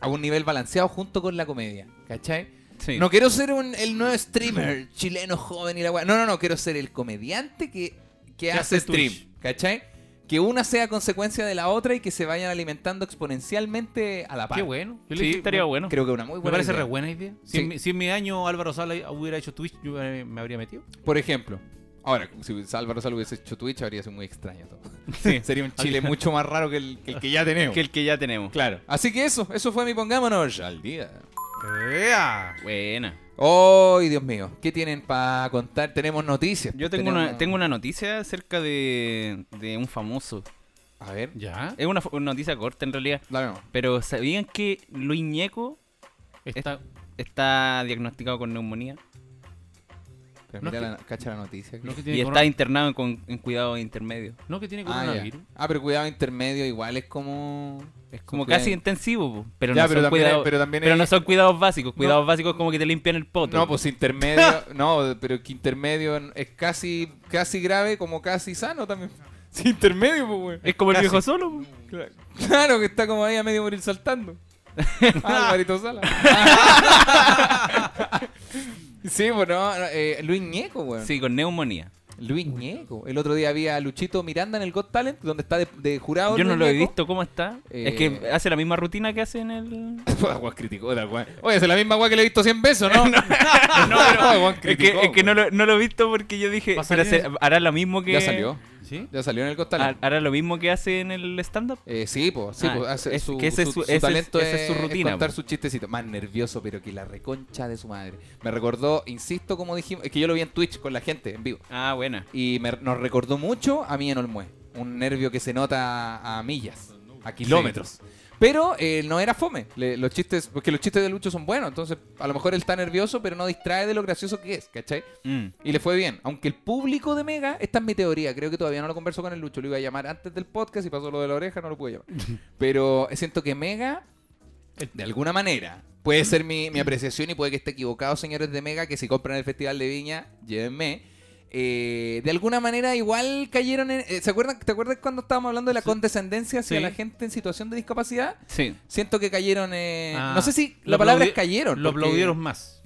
a un nivel balanceado junto con la comedia. ¿Cachai?
Sí.
No quiero ser un, el nuevo streamer chileno joven y la weá. No, no, no, quiero ser el comediante que, que hace
hace
stream.
Twitch.
¿Cachai? Que una sea consecuencia de la otra y que se vayan alimentando exponencialmente a la par.
qué bueno Yo le
Sí,
dije-
estaría bueno.
Creo que una muy
me
buena
parece
idea.
re buena idea si,
Sí.
en, mi- si en mi año Álvaro Sala hubiera hecho Twitch yo eh, me habría metido
Por ejemplo, ahora, si Álvaro Sal hubiese hecho Twitch, habría sido muy extraño todo.
Sí.
Sería un Chile mucho más raro que el que, el que ya tenemos.
Que el que ya tenemos. Claro.
Así que eso, eso fue mi pongámonos al día.
¡Ea!
Buena.
¡Ay, Dios mío! ¿Qué tienen para contar? Tenemos noticias.
Yo tengo
Tenemos-
una, tengo una noticia acerca de, de un famoso.
A ver,
ya
Es una, fo- una noticia corta en realidad.
la vemos.
Pero ¿sabían que Luis Ñeco
está
está diagnosticado con neumonía?
Mira
No,
la- cacha la noticia.
No que tiene,
Y está
corona-
internado en, con- en cuidado intermedio.
no que tiene
ah, ya.
coronavirus.
Ah, pero cuidado intermedio igual es como... Es
Como
cuidado-
casi intensivo, po, pero,
Ya,
no
pero
son
también
cuidados,
hay- pero también hay-
no son cuidados básicos. Cuidados básicos es como que te limpian el poto.
No, pues intermedio. no, pero que intermedio es casi, casi grave como casi sano también. Sí, intermedio, pues, güey.
es como el viejo solo. po.
Claro, que está como ahí a medio morir saltando. Alvarito Sala. sí, bueno, no, eh, Luis Ñeco, weón.
Sí, con neumonía.
Luis Ñeco. El otro día había a Luchito Miranda en el Got Talent, donde está de, de jurado.
Yo no
Luis
lo he
Ñeco.
visto cómo está.
Eh,
Es que hace la misma rutina que hace en el.
Ah, Juan criticó, la Juan. Oye, es la misma weá que le he visto 100 veces, ¿no? no, Juan
Es
criticó,
que, es que no,
weón.
lo, no lo he visto porque yo dije,
Va a
"Pero
salir-
se- hará lo mismo que.
Ya salió.
¿Sí?
Ya salió en el
ha-
costal.
Hará lo mismo que hace en el stand-up.
Eh, sí, pues, sí,
Ah,
pues, hace
es
su,
que ese es
su-
su-
su
ese es-
talento
esa es su rutina,
contar
po.
sus chistecitos. Más nervioso, pero que la reconcha de su madre. Me recordó, insisto, como dijimos, es que yo lo vi en Twitch con la gente, en vivo.
Ah, buena.
Y me- nos recordó mucho a mí en Olmué. Un nervio que se nota a millas, a kilómetros. Pero eh, no era fome. Le- los chistes, porque los chistes de Lucho son buenos. Entonces, a lo mejor él está nervioso, pero no distrae de lo gracioso que es, ¿cachai?
Mm.
Y le fue bien. Aunque el público de Mega, esta es mi teoría, creo que todavía no lo converso con el Lucho, lo iba a llamar antes del podcast y pasó lo de la oreja, no lo pude llamar. Pero siento que Mega, Eh, de alguna manera, puede ser mi, mi apreciación y puede que esté equivocado, señores de Mega, que si compran el Festival de Viña, llévenme. Eh, de alguna manera igual cayeron en... eh, ¿se acuerdan, ¿Te acuerdas cuando estábamos hablando de la condescendencia hacia
Sí.
la gente en situación de discapacidad?
Sí.
Siento que cayeron... eh,
Ah,
no sé si
lo
la palabra es
aplaudi-
cayeron.
Lo
porque-
aplaudieron más.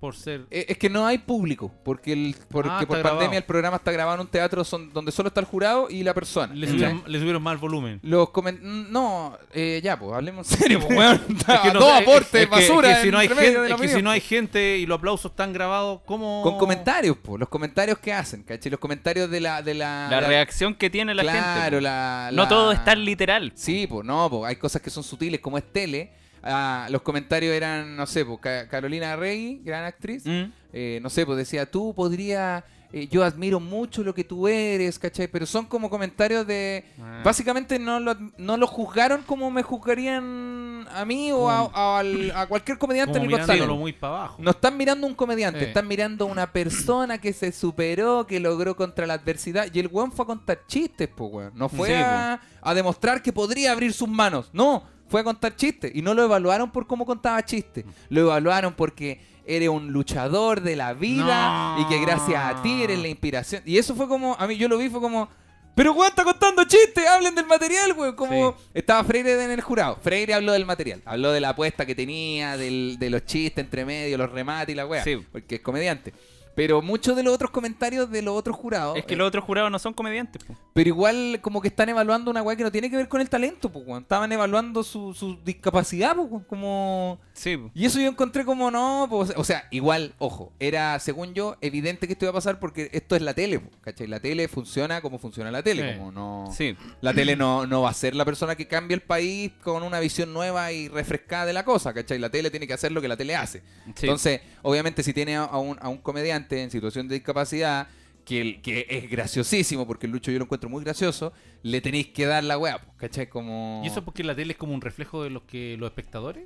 Por ser.
eh, Es que no hay público, porque, el, porque
Ah, está
por
grabado.
pandemia el programa está grabado en un teatro son- donde solo está el jurado y la persona.
Le
¿cachai?
subieron, le subieron más el volumen.
Los comen- No, eh, ya, pues, hablemos en serio, pues, weón.
Es que no-
Todo
es-
aporte,
es que-
basura.
es que si no hay
entre medio
gente-
de la
es que si
opinión.
no hay gente y los aplausos están grabados, ¿cómo?
Con comentarios, pues, los comentarios que hacen, ¿cachai? Los comentarios de la... De la,
La
de la-
reacción que tiene la
Ah, Claro,
gente. pues.
la,
No
la-
todo es tan literal.
Sí, pues no, pues hay cosas que son sutiles, como es tele. Ah, los comentarios eran, no sé, pues Ca- Carolina Rey, gran actriz.
Mm.
eh, no sé, pues decía, tú podrías, eh, yo admiro mucho lo que tú eres, ¿cachai? Pero son como comentarios de... Básicamente no lo, no lo juzgaron como me juzgarían a mí o a, a- al- a cualquier comediante
Como
en el Got
mirándolo
Talent.
muy para abajo.
No están mirando un comediante,
Sí.
están mirando una persona que se superó, que logró contra la adversidad. Y el weón fue a contar chistes, pues weón. No fue
Sí,
a, a demostrar que podría abrir sus manos. No, fue a contar chistes. Y no lo evaluaron por cómo contaba chistes. Lo evaluaron porque eres un luchador de la vida
No.
y que gracias a ti
Ah.
eres la inspiración. Y eso fue como, a mí yo lo vi, fue como... Pero weón está contando chistes, hablen del material, weón. Como estaba Freire en el jurado. Freire habló del material, habló de la apuesta que tenía, del- de los chistes entre medio, los remates y la weá.
Sí.
Porque es comediante. Pero muchos de los otros comentarios de los otros jurados.
Es que
eh,
los otros jurados no son comediantes. po.
Pero igual, como que están evaluando una weá que no tiene que ver con el talento, pues, weón. Estaban evaluando su, su discapacidad, pues, weón. Como.
Sí. po.
Y eso yo encontré como no, pues, o sea, igual, ojo, era según yo evidente que esto iba a pasar porque esto es la tele, po, ¿cachai? La tele funciona como funciona la tele,
Sí.
como no...
Sí.
La tele no, no va a ser la persona que cambia el país con una visión nueva y refrescada de la cosa, ¿cachai? La tele tiene que hacer lo que la tele hace.
Sí.
Entonces, obviamente, si tiene a a un, a un comediante en situación de discapacidad, que, el- que es graciosísimo, porque el Lucho yo lo encuentro muy gracioso, le tenéis que dar la weá, po, ¿cachai? Como...
¿Y eso porque la tele es como un reflejo de los que los espectadores?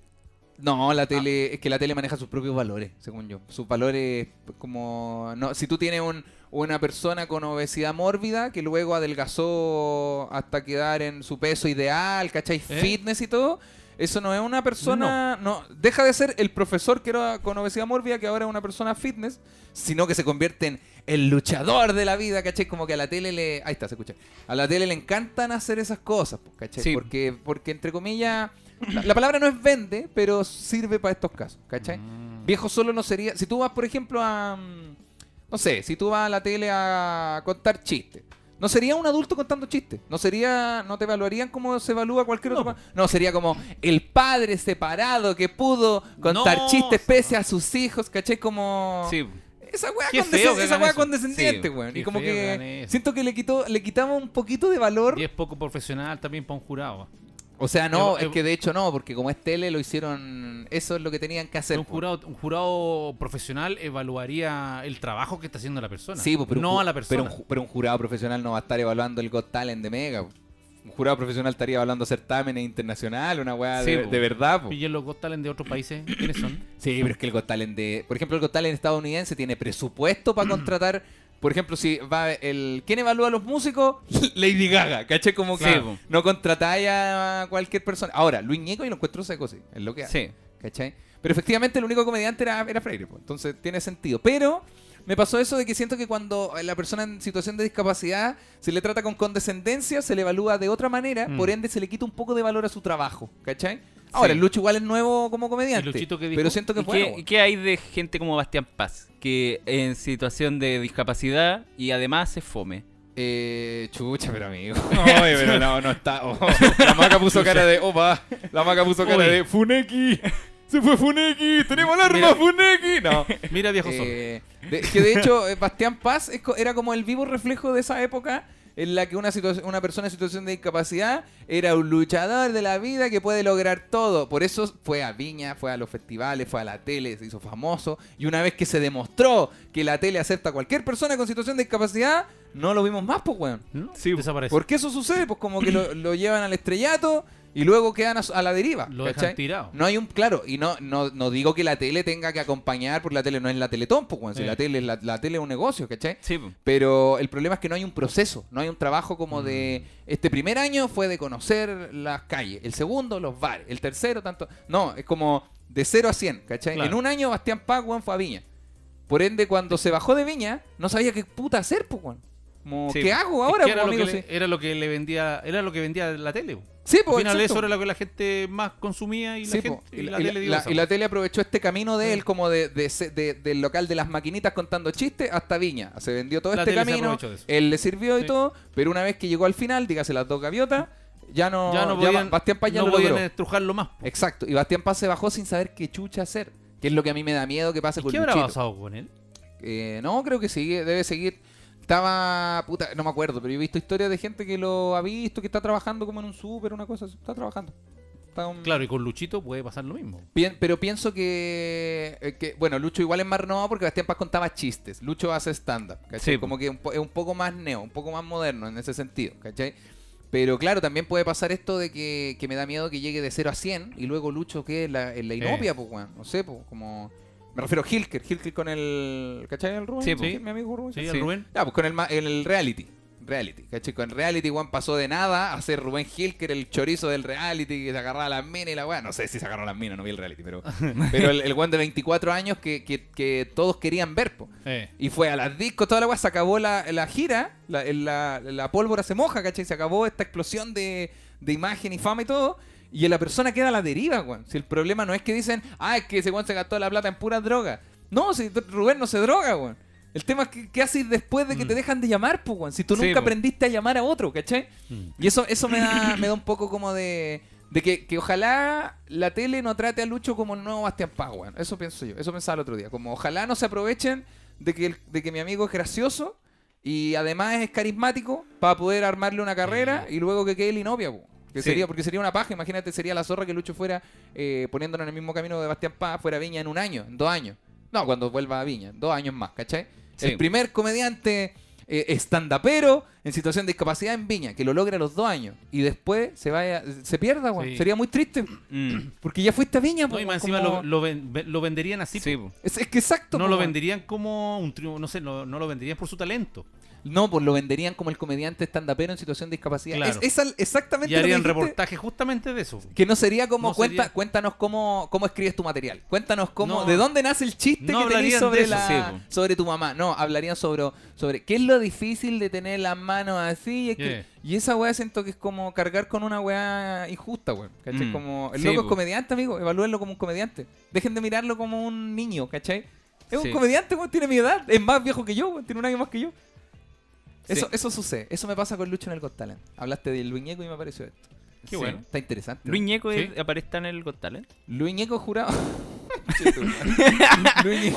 No, la tele, es que la tele maneja sus propios valores, según yo. Sus valores pues, como no, si tú tienes un- una persona con obesidad mórbida que luego adelgazó hasta quedar en su peso ideal, ¿cachai?
¿Eh?
Fitness y todo. Eso no es una persona, no. deja de ser el profesor que era con obesidad mórbida que ahora es una persona fitness, sino que se convierte en el luchador de la vida, ¿cachai? Como que a la tele le, ahí está, se escucha. A la tele le encantan hacer esas cosas, pues, ¿cachai?
Sí.
Porque porque entre comillas la, la palabra no es vende, pero sirve para estos casos, ¿cachai? Viejo solo no sería. Si tú vas, por ejemplo, a. mm, No sé, si tú vas a la tele a contar chistes. No sería un adulto contando chistes. No sería. No te evaluarían como se evalúa cualquier otro. pa- No, sería como el padre separado que pudo contar
No.
chistes pese a sus hijos, ¿cachai? Como.
Sí. po.
Esa weá,
Qué
condesc-
feo que
esa
hagan
weá
eso.
condescendiente,
Sí,
weón. Y
qué
como
feo que hagan
que.
eso.
Siento que le quitó, le quitamos un poquito de valor.
Y es poco profesional también para un jurado.
O sea, no,
Evo-
es
evo-
que de hecho no, porque como es tele lo hicieron, eso es lo que tenían que hacer.
Un
po.
jurado, un jurado profesional evaluaría el trabajo que está haciendo la persona.
Sí, po, pero un
no
ju-
a la persona.
Pero un, ju- pero un jurado profesional no va a estar evaluando el Got Talent de Mega. po. un jurado profesional estaría hablando de certámenes internacionales, una weá
Sí,
de,
po.
de verdad. po.
¿Y en los Got Talent de otros países? ¿Quiénes son?
Sí, pero es que el Got Talent de. Por ejemplo, el Got Talent estadounidense tiene presupuesto para contratar. Por ejemplo, si va el. ¿Quién evalúa a los músicos? Lady Gaga, ¿cachai? Como que
Sí, po.
no contratáis a cualquier persona. Ahora, Luis Ñeco y lo encuentro seco, sí. Es lo que hace.
Sí.
¿Cachai? Pero efectivamente el único comediante era, era Freire, po. entonces tiene sentido. Pero me pasó eso de que siento que cuando eh, la persona en situación de discapacidad se le trata con condescendencia, se le evalúa de otra manera, por ende se le quita un poco de valor a su trabajo, ¿cachai? Ahora, el Lucho igual es nuevo como comediante.
¿Y Luchito qué dijo?
pero siento que
¿Y
es bueno.
qué, y qué hay de gente como Bastián Paz? Que en situación de discapacidad y además se fome.
Eh, chucha, pero amigo. Oye, pero no, no está. oh. La maca puso cara de. Opa. La maca puso cara de. Funeki. Se fue Funeki. Tenemos el arma, Funeki. No.
Mira, viejo sol.
Eh, de- que de hecho, eh, Bastián Paz es co- era como el vivo reflejo de esa época en la que una, situa- una persona en situación de discapacidad era un luchador de la vida que puede lograr todo. Por eso fue a Viña, fue a los festivales, fue a la tele, se hizo famoso. Y una vez que se demostró que la tele acepta a cualquier persona con situación de discapacidad, no lo vimos más, pues, weón.
¿No? Desaparece.
¿Por qué eso sucede? Pues como que lo, lo llevan al estrellato y luego quedan a, su- a la deriva.
Lo dejan
¿cachai?
tirado.
No hay un, claro, y no, no, no digo que la tele tenga que acompañar, porque la tele no es la teletón, pues, weón, si
Eh.
la tele, es la, la tele es un negocio, ¿cachai?
Sí, po.
Pero el problema es que no hay un proceso, no hay un trabajo como de...
Mm.
Este primer año fue de conocer las calles, el segundo los bares, el tercero tanto... No, es como de 0 a 100, ¿cachai?
Claro.
En un año Bastián Paz, weón, fue a Viña. Por ende, cuando se bajó de Viña, no sabía qué puta hacer, pues, weón. Como,
Sí.
¿Qué hago ahora,
Es que era,
pues,
lo
amigo?
que le,
Sí.
era lo que le vendía, era lo que vendía la tele. po.
Sí,
Al
pues,
final
exacto.
eso era lo que la gente más consumía y la,
Sí, po.
gente, y
Y
la
la- y
tele Mm. dio
la-
esa,
y la
po.
tele aprovechó este camino de él, como de, de se- de- del local de las maquinitas contando chistes hasta Viña. Se vendió todo
La
este
tele se
camino,
aprovechó de eso.
él le sirvió y
Sí.
todo, pero una vez que llegó al final, dígase las dos gaviotas, ya no,
ya no
ya
podían,
Ba- Bastián Paz ya
no
lo
podían
logró.
estrujarlo más. po.
Exacto, y Bastián Paz se bajó sin saber qué chucha hacer, que Este es lo que a mí me da miedo que pase con
¿Qué habrá
Luchito.
pasado con él?
Eh, no, creo que sigue, debe seguir. Estaba, puta, no me acuerdo, pero he visto historias de gente que lo ha visto, que está trabajando como en un súper, una cosa así. Está trabajando. Está un-
Claro, y con Luchito puede pasar lo mismo.
Pien- pero pienso que, eh, que- Bueno, Lucho igual es más renovado porque Bastián Paz contaba chistes. Lucho hace stand-up, ¿cachai?
Sí, po.
Como que un po- es un poco más neo, un poco más moderno en ese sentido, ¿cachai? Pero claro, también puede pasar esto de que, que me da miedo que llegue de 0 a 100 y luego Lucho que en la, en la inopia, pues, weón. No sé, pues, como. Me refiero a Hilker, Hilker con el. ¿cachai? El Rubén,
Sí, po.
mi amigo Rubén.
Sí, el Rubén.
Ya, pues con el, ma- el reality. Reality, ¿cachai? Con reality, Juan pasó de nada a ser Rubén Hilker, el chorizo del reality, que se agarraba a las minas y la weá. No sé si se agarró a las minas, no vi el reality, pero, pero el, el Juan de 24 años que, que- que todos querían ver, po.
Eh.
Y fue a las discos, toda la weá, se acabó la, la gira, la, el- la- la pólvora se moja, ¿cachai? Se acabó esta explosión de, de imagen y fama y todo. Y la persona queda a la deriva, weón. Si el problema no es que dicen, ah, es que ese weón se gastó la plata en pura droga. No, si d- Rubén no se droga, weón. El tema es que qué haces después de que te dejan de llamar, pues, weón. Si tú
Mm. Sí,
nunca
po. Mm.
aprendiste a llamar a otro, ¿cachai? Y eso, eso me, da, me da un poco como de... De que, que ojalá la tele no trate a Lucho como el nuevo Bastián Paz, weón. Eso pienso yo. Eso pensaba el otro día. Como ojalá no se aprovechen de que, el- de que mi amigo es gracioso y además es carismático para poder armarle una carrera y luego que quede Linovia, po. Que
Sí.
sería, porque sería una paja, imagínate, sería la zorra que Lucho fuera eh, poniéndonos en el mismo camino de Bastián Paz, fuera Viña en un año, en dos años. No, cuando vuelva a Viña, en dos años más, ¿cachai?
Sí.
El primer comediante eh, estandapero en situación de discapacidad en Viña, que lo logra a los dos años y después se vaya, se pierda, weón.
Sí.
Sería muy triste,
Mm,
porque ya fuiste a Viña,
No,
po,
y más
como-
encima lo, lo ven- ve- lo venderían así.
sí,
po.
po.
Es, es que exacto.
No
po,
lo
weón.
venderían como un triunfo, no sé, no, no lo venderían por su talento.
No, pues lo venderían como el comediante estandapero en situación de discapacidad.
Claro.
Es, es al- exactamente
Y
lo que
harían
dijiste,
reportajes justamente de eso. po.
Que no sería como
No
cuenta,
sería-
cuéntanos cómo, cómo escribes tu material. Cuéntanos cómo,
No.
de dónde nace el chiste
No
que tenés
hablarían de
sobre
eso,
la-
sí, po.
sobre tu mamá. No, hablarían sobre, sobre qué es lo difícil de tener las manos así. Y, es que-
Yeah.
y esa weá siento que es como cargar con una weá injusta, weón. ¿Cachai?
Mm.
Como el
Sí,
loco es
po.
comediante, amigo. Evalúenlo como un comediante. Dejen de mirarlo como un niño, ¿cachai? Es
Sí.
un comediante, weón, tiene mi edad. Es más viejo que yo, weón, tiene un año más que yo.
Sí.
Eso, eso sucede. Eso me pasa con Lucho en el Got Talent. Hablaste de Luis Ñeco y me pareció esto.
Qué bueno.
Está interesante.
Luis Ñeco
Sí.
es- aparece en el Got Talent.
Luis Ñeco jurado. Luis Ñe-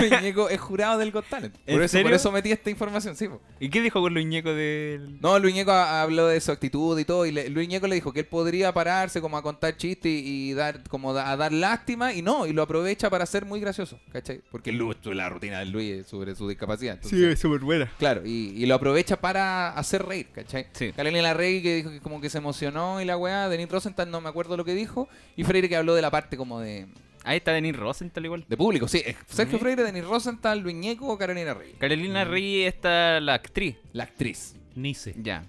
Luis Ñeco es jurado del Got Talent.
¿En
Por eso, por
serio?
eso metí esta información, sí. po.
¿Y qué dijo con los ñecos del.?
No, Luis Ñeco ha- habló de su actitud y todo, y le- Luis Ñeco le dijo que él podría pararse como a contar chistes y, y dar como da- a dar lástima, y no, y lo aprovecha para ser muy gracioso, ¿cachai? Porque Luis, la rutina de Luis es sobre su discapacidad. entonces-
es súper buena.
Claro, y, y lo aprovecha para hacer reír, ¿cachai?
Sí.
Carolina Larregui que dijo que como que se emocionó y la weá, Denis Rosenthal no me acuerdo lo que dijo, y Freire que habló de la parte como de,
Ahí está Denis Rosenthal igual.
de público, sí, es Sergio Freire, Denis Rosenthal, Luis Ñeco o Carolina Larregui.
Carolina Rey está la actriz.
La actriz,
Nice.
Ya.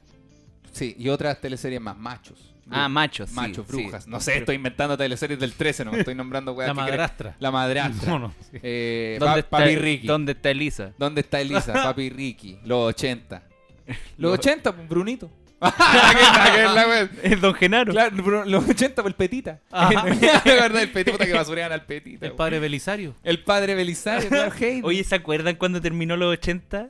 sí, y otras teleseries más, machos.
Ah, machos. sí,
Machos,
sí.
brujas. No sé, estoy inventando teleseries del 13, no me estoy nombrando weá.
La madrastra.
La madrastra.
No, no, sí.
Eh,
¿Dónde
pa-
está,
papi Ricky.
¿Dónde está Elisa?
¿Dónde está Elisa? Papi Ricky. Los 80. Los 80, Brunito.
Es Don Genaro.
Claro, pero los 80 por el Petita. ¿Te acuerdas del Petita que basurean al Petita?
El
güey.
padre Belisario.
El padre Belisario, claro, Heidi.
Oye, ¿se acuerdan cuando terminó los 80? Que,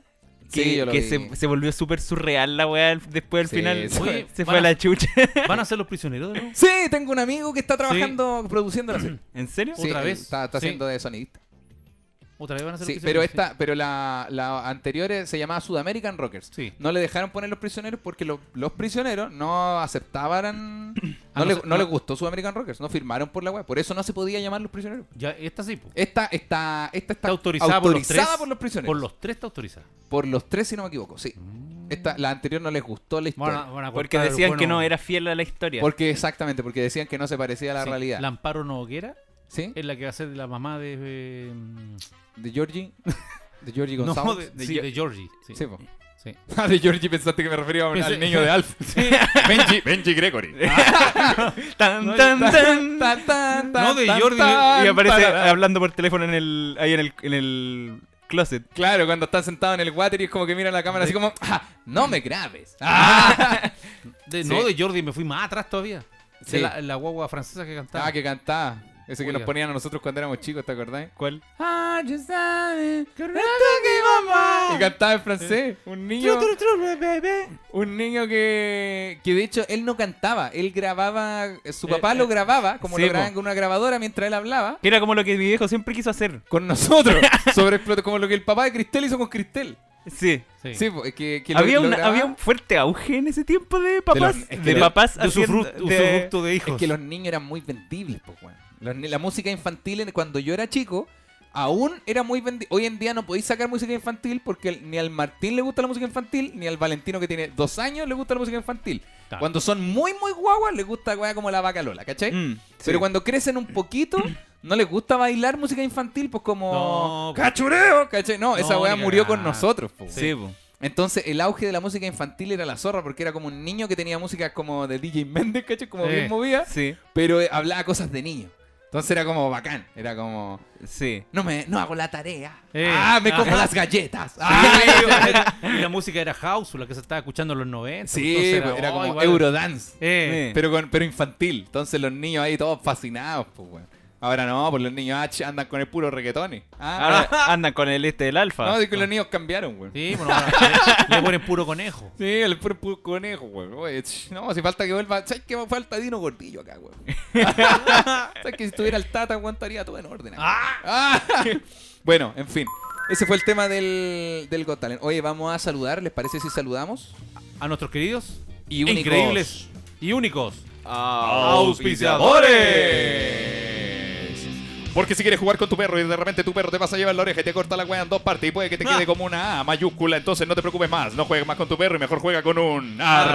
Sí, yo lo
que
vi.
se, se volvió súper surreal la weá al- después del
Sí,
final.
sí.
Oye, se
van
fue a
a-
la chucha.
¿Van a ser los prisioneros de nuevo?
Sí, tengo un amigo que está trabajando produciendo la serie.
¿En serio?
Sí,
¿Otra
él
vez?
Está, está
Sí.
haciendo de sonidista.
¿Otra vez van a ser
Sí,
los
pero
prisioneros?
esta, pero la, la anterior eh, se llamaba Sudamerican Rockers.
Sí.
No le dejaron poner los prisioneros porque lo- los prisioneros no aceptaban. No,
Ah, no
le-
se-
no
no-
les gustó Sudamerican Rockers, no firmaron por la web. Por eso no se podía llamar los prisioneros.
Ya, esta sí, po.
Esta, esta, esta está
Está autorizada,
autorizada
por los tres.
prisioneros.
Por los Mm. tres está autorizada.
Por los tres, si no me equivoco, sí. Esta, la anterior Mm. no les gustó la historia.
Van a- van a
Porque
cortar,
decían que
bueno,
no era fiel a la historia.
porque exactamente, porque decían que no se parecía a la
sí,
realidad.
La Amparo Noguera
¿Sí?
es la que va a ser la mamá de. eh, mm,
De Georgie. De Georgie
no,
González.
de, de,
Sí,
de Georgie. Sí.
Sí, po.
sí.
Ah, de Georgie pensaste que me refería a-
Pensé-
al niño de Alf.
Benji, Benji Gregory.
Tan,
No,
tan, tan.
Tan, tan, tan,
No, de
tan,
Georgie,
tan,
Y aparece
tan.
hablando por teléfono en el, ahí en el, en el closet.
Claro, cuando están sentados en el water y es como que miran la cámara así como, "Ah, no me grabes. Ah,
De-
Sí.
No, de Jordi, me fui más atrás todavía.
Sí.
De La, la guagua francesa que cantaba.
ah, que cantaba. Ese que nos
Oiga.
ponían a nosotros cuando éramos chicos, ¿te acordás?
¿Cuál?
Ah, yo sabes, correcto que mamá. Y cantaba en francés. Un niño. Un niño que. Que de hecho él no cantaba. Él grababa. eh, Su papá lo grababa, como
sí,
lo
po.
grababan con una grabadora mientras él hablaba.
Que era como lo que mi viejo siempre quiso hacer.
Con nosotros. Sobre como lo que el papá de Cristel hizo con Cristel.
Sí.
Sí.
Sí, po, es que, que lo-
Había,
lo
una-
grababa.
había un fuerte auge en ese tiempo de papás.
los-
De,
es que de-
papás
De
haciendo-
usufructo
de-
usufructo de hijos.
Es que los niños eran muy vendibles, pues, weón. Los ni- La música infantil, en- cuando yo era chico, aún era muy vendible. Hoy en día no podéis sacar música infantil porque el- ni al Martín le gusta la música infantil, ni al Valentino que tiene dos años le gusta la música infantil.
Claro.
Cuando son muy, muy guaguas, les gusta weá como la vaca Lola, ¿cachai?
Mm,
Pero cuando crecen un poquito, no les gusta bailar música infantil, pues como.
No, pues.
¡Cachureo! ¿cachai? No, esa
No,
weá
ni
murió
cagar.
con nosotros, pues.
Sí, po.
Entonces el auge de la música infantil era la zorra porque era como un niño que tenía música como de DJ Méndez, ¿cachai? Como
Sí.
bien movida
sí,
pero eh, hablaba cosas de niño. Entonces era como bacán, era como
sí.
no me no hago la tarea.
Eh.
Ah, me como
Ajá.
las galletas.
Sí,
Ah,
y la música era house, la que se estaba escuchando en los 90.
sí,
entonces
pues, era
oh,
como
igual-
Eurodance,
Eh,
Sí.
pero con pero infantil. Entonces los niños ahí todos fascinados, pues weón. Ahora no, pues los niños ah, ch, andan con el puro reggaetón. Ah,
Ahora andan con el este del alfa.
no, es que los niños cambiaron, weón. Sí.
Sí, bueno, ahora le, le ponen puro conejo.
el puro, puro conejo, weón. Oye, ch, No, si falta que vuelva. ¿Sabes qué? Falta Dino Gordillo acá, weón. ¿Sabes que si tuviera el Tata, weón, estaría todo en orden acá. Ah. bueno, en fin. Ese fue el tema del, del Got Talent. Oye, vamos a saludar. ¿Les parece si saludamos?
A nuestros queridos
Y únicos.
increíbles y únicos
Auspiciadores. Porque si quieres jugar con tu perro y de repente tu perro te pasa a llevar la oreja y te corta la wea en dos partes y puede que te quede como una A mayúscula, entonces no te preocupes más. No juegues más con tu perro y mejor juega con un Arcadelandia.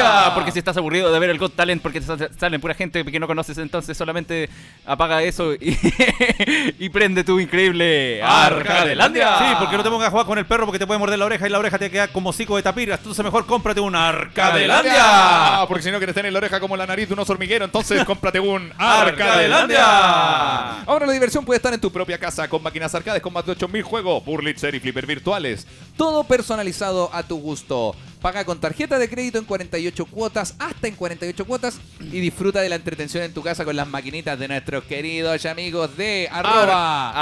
Arcadelandia, porque si estás aburrido de ver el Got Talent porque te sal- salen pura gente que no conoces, entonces solamente apaga eso y, y prende tu increíble Arcadelandia.
Sí, porque no te pongas a jugar con el perro porque te puede morder la oreja y la oreja te queda como cico de tapir. Entonces mejor cómprate un Arcadelandia.
Arcadelandia. Porque si no quieres tener la oreja como la nariz de un oso hormiguero, entonces cómprate un Arcadelandia.
Ahora la diversión puede estar en tu
Tu propia casa con máquinas arcades con más de 8000 juegos, burlitzer y flipper virtuales.
Todo personalizado a tu gusto. Paga con tarjeta de crédito en 48 cuotas, hasta en 48 cuotas, y disfruta de la entretención en tu casa con las maquinitas de nuestros queridos amigos de arroba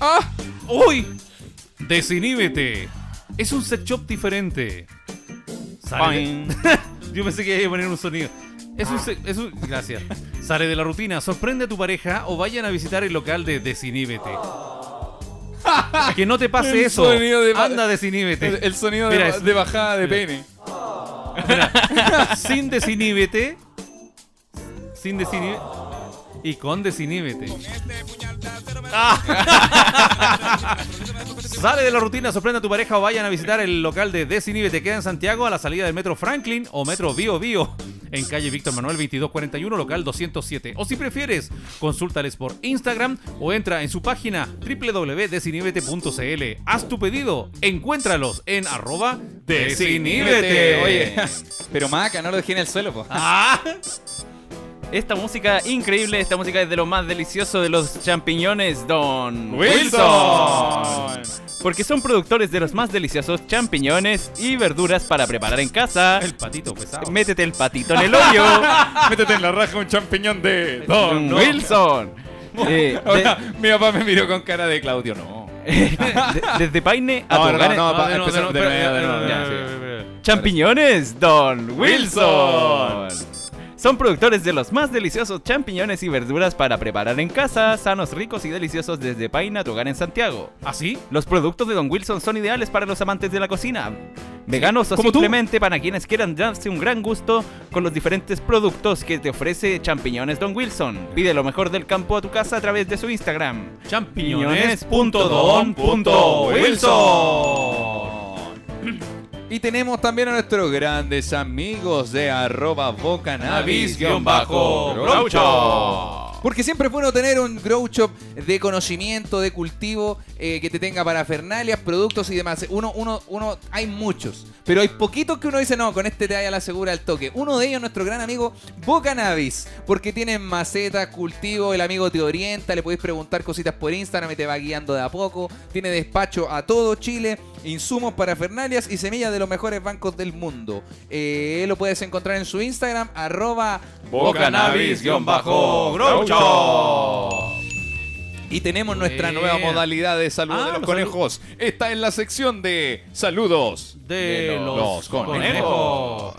Ah,
Hoy, Desiníbete. Es un sex shop diferente. Sale,
Boing.
Yo pensé que iba a poner un sonido. Es un, se- es un- gracias. Sale de la rutina, sorprende a tu pareja o vayan a visitar el local de Desiníbete. Que no te pase
El
eso.
sonido de-
Anda, desiníbete.
El, el sonido de,
Mira,
ba-
es-
de bajada de pene.
sin desiníbete. Sin desiníbete. Y con desiníbete. Sale de la rutina, sorprende a tu pareja o vayan a visitar el local de Desiníbete. Queda en Santiago a la salida del Metro Franklin o Metro Bio Bio. En calle Víctor Manuel 2241, local 207. O si prefieres, consúltales por Instagram o entra en su página www.desiníbete.cl. Haz tu pedido, encuéntralos en arroba desiníbete.
Eh, Oye, pero maca, no lo dejé en el suelo, po.
Ah.
Esta música increíble, esta música es de lo más delicioso de los champiñones, Don
Wilson.
Porque son productores de los más deliciosos champiñones y verduras para preparar en casa.
El patito pesado.
Métete el patito en el hoyo.
Métete en la raja un champiñón de
Don
Don
Wilson. Eh, de- eh,
Ahora, mi papá me miró con cara de Claudio, no.
de- desde Paine a
No, no,
Tongana-
no,
No,
pa-
de nuevo, de
empezamos
nuevo,
de
espera,
nuevo, de
espera,
nuevo,
espera,
ya,
espera,
sí.
espera, espera.
Champiñones, Don Wilson.
Wilson.
Son productores de los más deliciosos champiñones y verduras para preparar en casa, sanos, ricos y deliciosos desde Paina, tu hogar en Santiago.
¿Ah, sí?
Los productos de Don Wilson son ideales para los amantes de la cocina, veganos o
como tú.
simplemente para quienes quieran darse un gran gusto con los diferentes productos que te ofrece Champiñones Don Wilson. Pide lo mejor del campo a tu casa a través de su Instagram.
Champiñones.don.wilson.
Y tenemos también a nuestros grandes amigos de arroba
Navis-Groucho.
bocanabis-groucho. Porque siempre es bueno tener un grow shop de conocimiento, de cultivo, eh, que te tenga parafernalias, productos y demás. Uno, uno, uno, hay muchos. Pero hay poquitos que uno dice, no, con este te vaya a la segura al toque. Uno de ellos, nuestro gran amigo Bocanabis. Porque tienen macetas, cultivo, el amigo te orienta, le podéis preguntar cositas por Instagram y te va guiando de a poco. Tiene despacho a todo Chile, insumos para fernalias y semillas de los mejores bancos del mundo. Eh, lo puedes encontrar en su Instagram, arroba
Bocanabis-Groucho.
Y tenemos nuestra
Yeah.
nueva modalidad de saludos
Ah,
de los
los
conejos. Está en la sección de saludos
De los,
conejos.
conejos.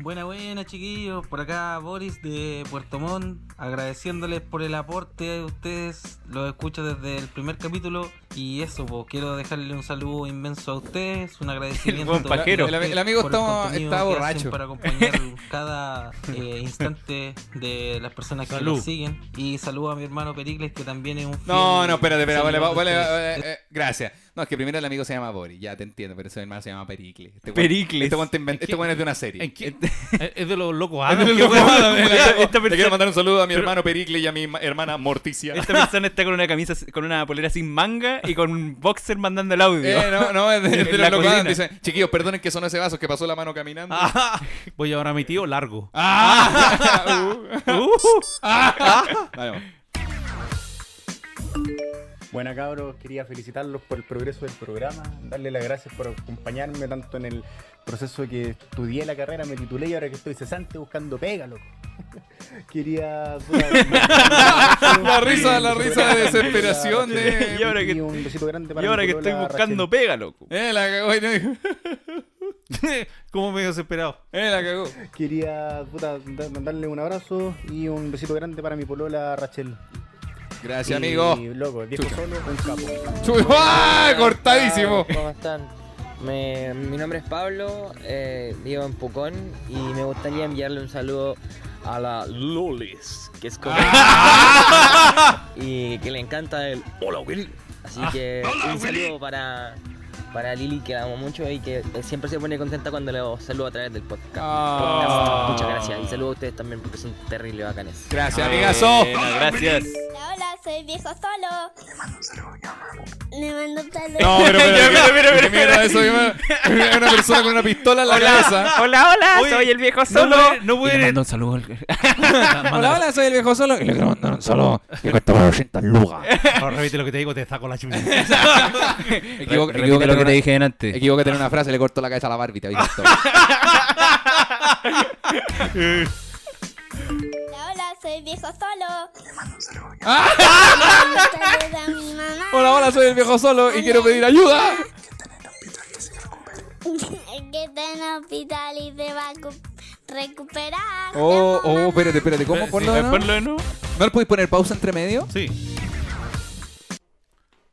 Buena, buena, chiquillos. Por acá Boris de Puerto Montt. Agradeciéndoles por el aporte de ustedes. Los escucho desde el primer capítulo. Y eso, pues, quiero dejarle un saludo inmenso a ustedes. Un agradecimiento.
buen pajero.
a ustedes
El- el amigo
por
está-
contenido
está
que hacen
borracho.
Para acompañar cada eh, instante de las personas que
Salud.
nos siguen. Y saludo a mi hermano Pericles, que también es un. fiel
No, no, espérate, espérate, vale,
seguidor
vale,
de
vale,
ustedes.
vale, eh, gracias. No, es que primero el amigo se llama Boris, ya te entiendo, pero su hermano se llama Pericles. Este güey-
Pericles.
Este güey te invent-
¿En
este
qué-
güey es de una serie. Este
¿En qué- es- Es de los locos
Es
Adams.
de los locos Adams.
Esta- esta
Le quiero
persona- Eh,
mandar un saludo a mi hermano Pericle y a mi ma- hermana Morticia.
Esta persona está este con una camisa, con una polera sin manga y con un boxer mandando el audio.
Eh, no, no, es de,
En
de
la
los locos Adams.
cocina.
Dicen, chiquillos, perdonen que sonó ese vaso que pasó la mano caminando.
Ah, Voy a ver a mi tío largo.
Uh,
Vale, Ah. vamos.
Buena cabros, quería felicitarlos por el progreso del programa, darle las gracias por acompañarme tanto en el proceso que estudié la carrera, me titulé y ahora que estoy cesante buscando pega, loco. quería...
La
la
risa, la risa de desesperación de-
Y ahora que-
Un besito grande para
Y
mi
ahora que
polola,
estoy buscando
Raquel.
pega, loco.
Eh, la cagó. y no dijo.
Como medio desesperado.
Eh, la cagó.
Quería puta, da- mandarle un abrazo y un besito grande para mi polola Rachel.
Gracias,
Y,
amigo.
Loco, el viejo
Chucha.
solo, un capo.
Chu- ¡Ah! Cortadísimo.
¿Cómo están? Me- mi nombre es Pablo, eh, vivo en Pucón y me gustaría enviarle un saludo a la Lulis, que es como... y que le encanta el Hola Willy. Así que un saludo para, para Lili, que la amo mucho y que siempre se pone contenta cuando lo saludo a través del podcast.
Ah.
Muchas gracias y saludo a ustedes también porque son terribles bacanes.
Gracias, amigazo.
Bueno, gracias.
Hola, hola, soy viejo solo. Le mando un saludo.
No, pero, pero,
Ya, mira,
¿qué-
mira,
qué
mira,
mierda eso? Yo me- Una persona con una pistola en la cabeza.
Hola, hola,
Oye,
soy el viejo
No
solo.
puede, no puede-
un saludo al-
Ah, Hola, hola, soy el viejo solo. Y le quiero mandar un saludo. Que cuesta para 80 lugas.
Ahora repite lo que te digo, te saco la chucha.
Equivoca,
Repite
equivoca,
lo que te
dije.
dije antes.
Equivoca tener una frase, le corto la cabeza a la Barbie, te aviso esto.
Hola, hola, soy viejo solo. Le mando un saludo. a mi mamá.
Hola, hola, soy el viejo solo y quiero pedir ayuda.
Que tenga
hospital y te va a cu- recuperar.
Oh, oh, espérate, espérate. ¿Cómo? Ponlo de nuevo. ¿No le podéis poner pausa entre medio?
Sí.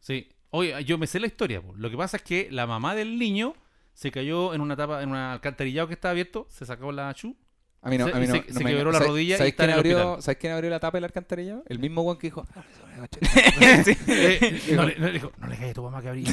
Sí. Oye, yo me sé la historia. po. Lo que pasa es que la mamá del niño se cayó en una tapa, en un alcantarillado que estaba abierto, se sacó la chu.
A mí no,
se,
a mí no.
Se,
no
se
me-
quebró la
¿sabes-
rodilla y
¿sabes
está en
quién
el
abrió,
hospital.
¿Sabes quién abrió la tapa del alcantarillado? El mismo guan que dijo. "Ah,
Sí. Eh, no, le, no le dijo, no le caigas a tu mamá que abrí.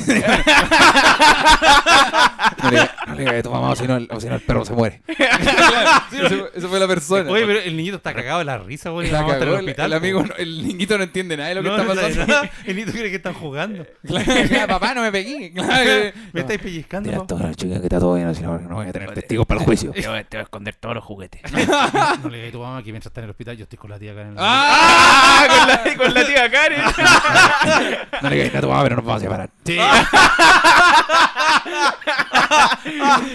No le, no le digas a tu mamá, o si no, el- o si no el perro se muere. Eso- eso fue la persona.
Oye, pero el niñito está cagado de la risa, güey.
La
La mamá está en
cagó,
el
el-
hospital.
el amigo no- el niñito pues. no entiende nada de lo que
No,
está
no sabe
pasando.
nada. El niñito cree que están jugando.
Claro, Papá, no me pegué. Claro.
Me estáis pellizcando.
Mira,
papá.
todo chica que está todo bien, si no, no voy a tener testigos para el juicio.
Te voy, a- te voy a esconder todos los juguetes.
Ah. No le digas a tu mamá que mientras está en el hospital yo estoy con la tía Karen.
¡Ah! Con la, con la tía Karen.
No le digas nada a tu mamá, pero nos vamos a separar.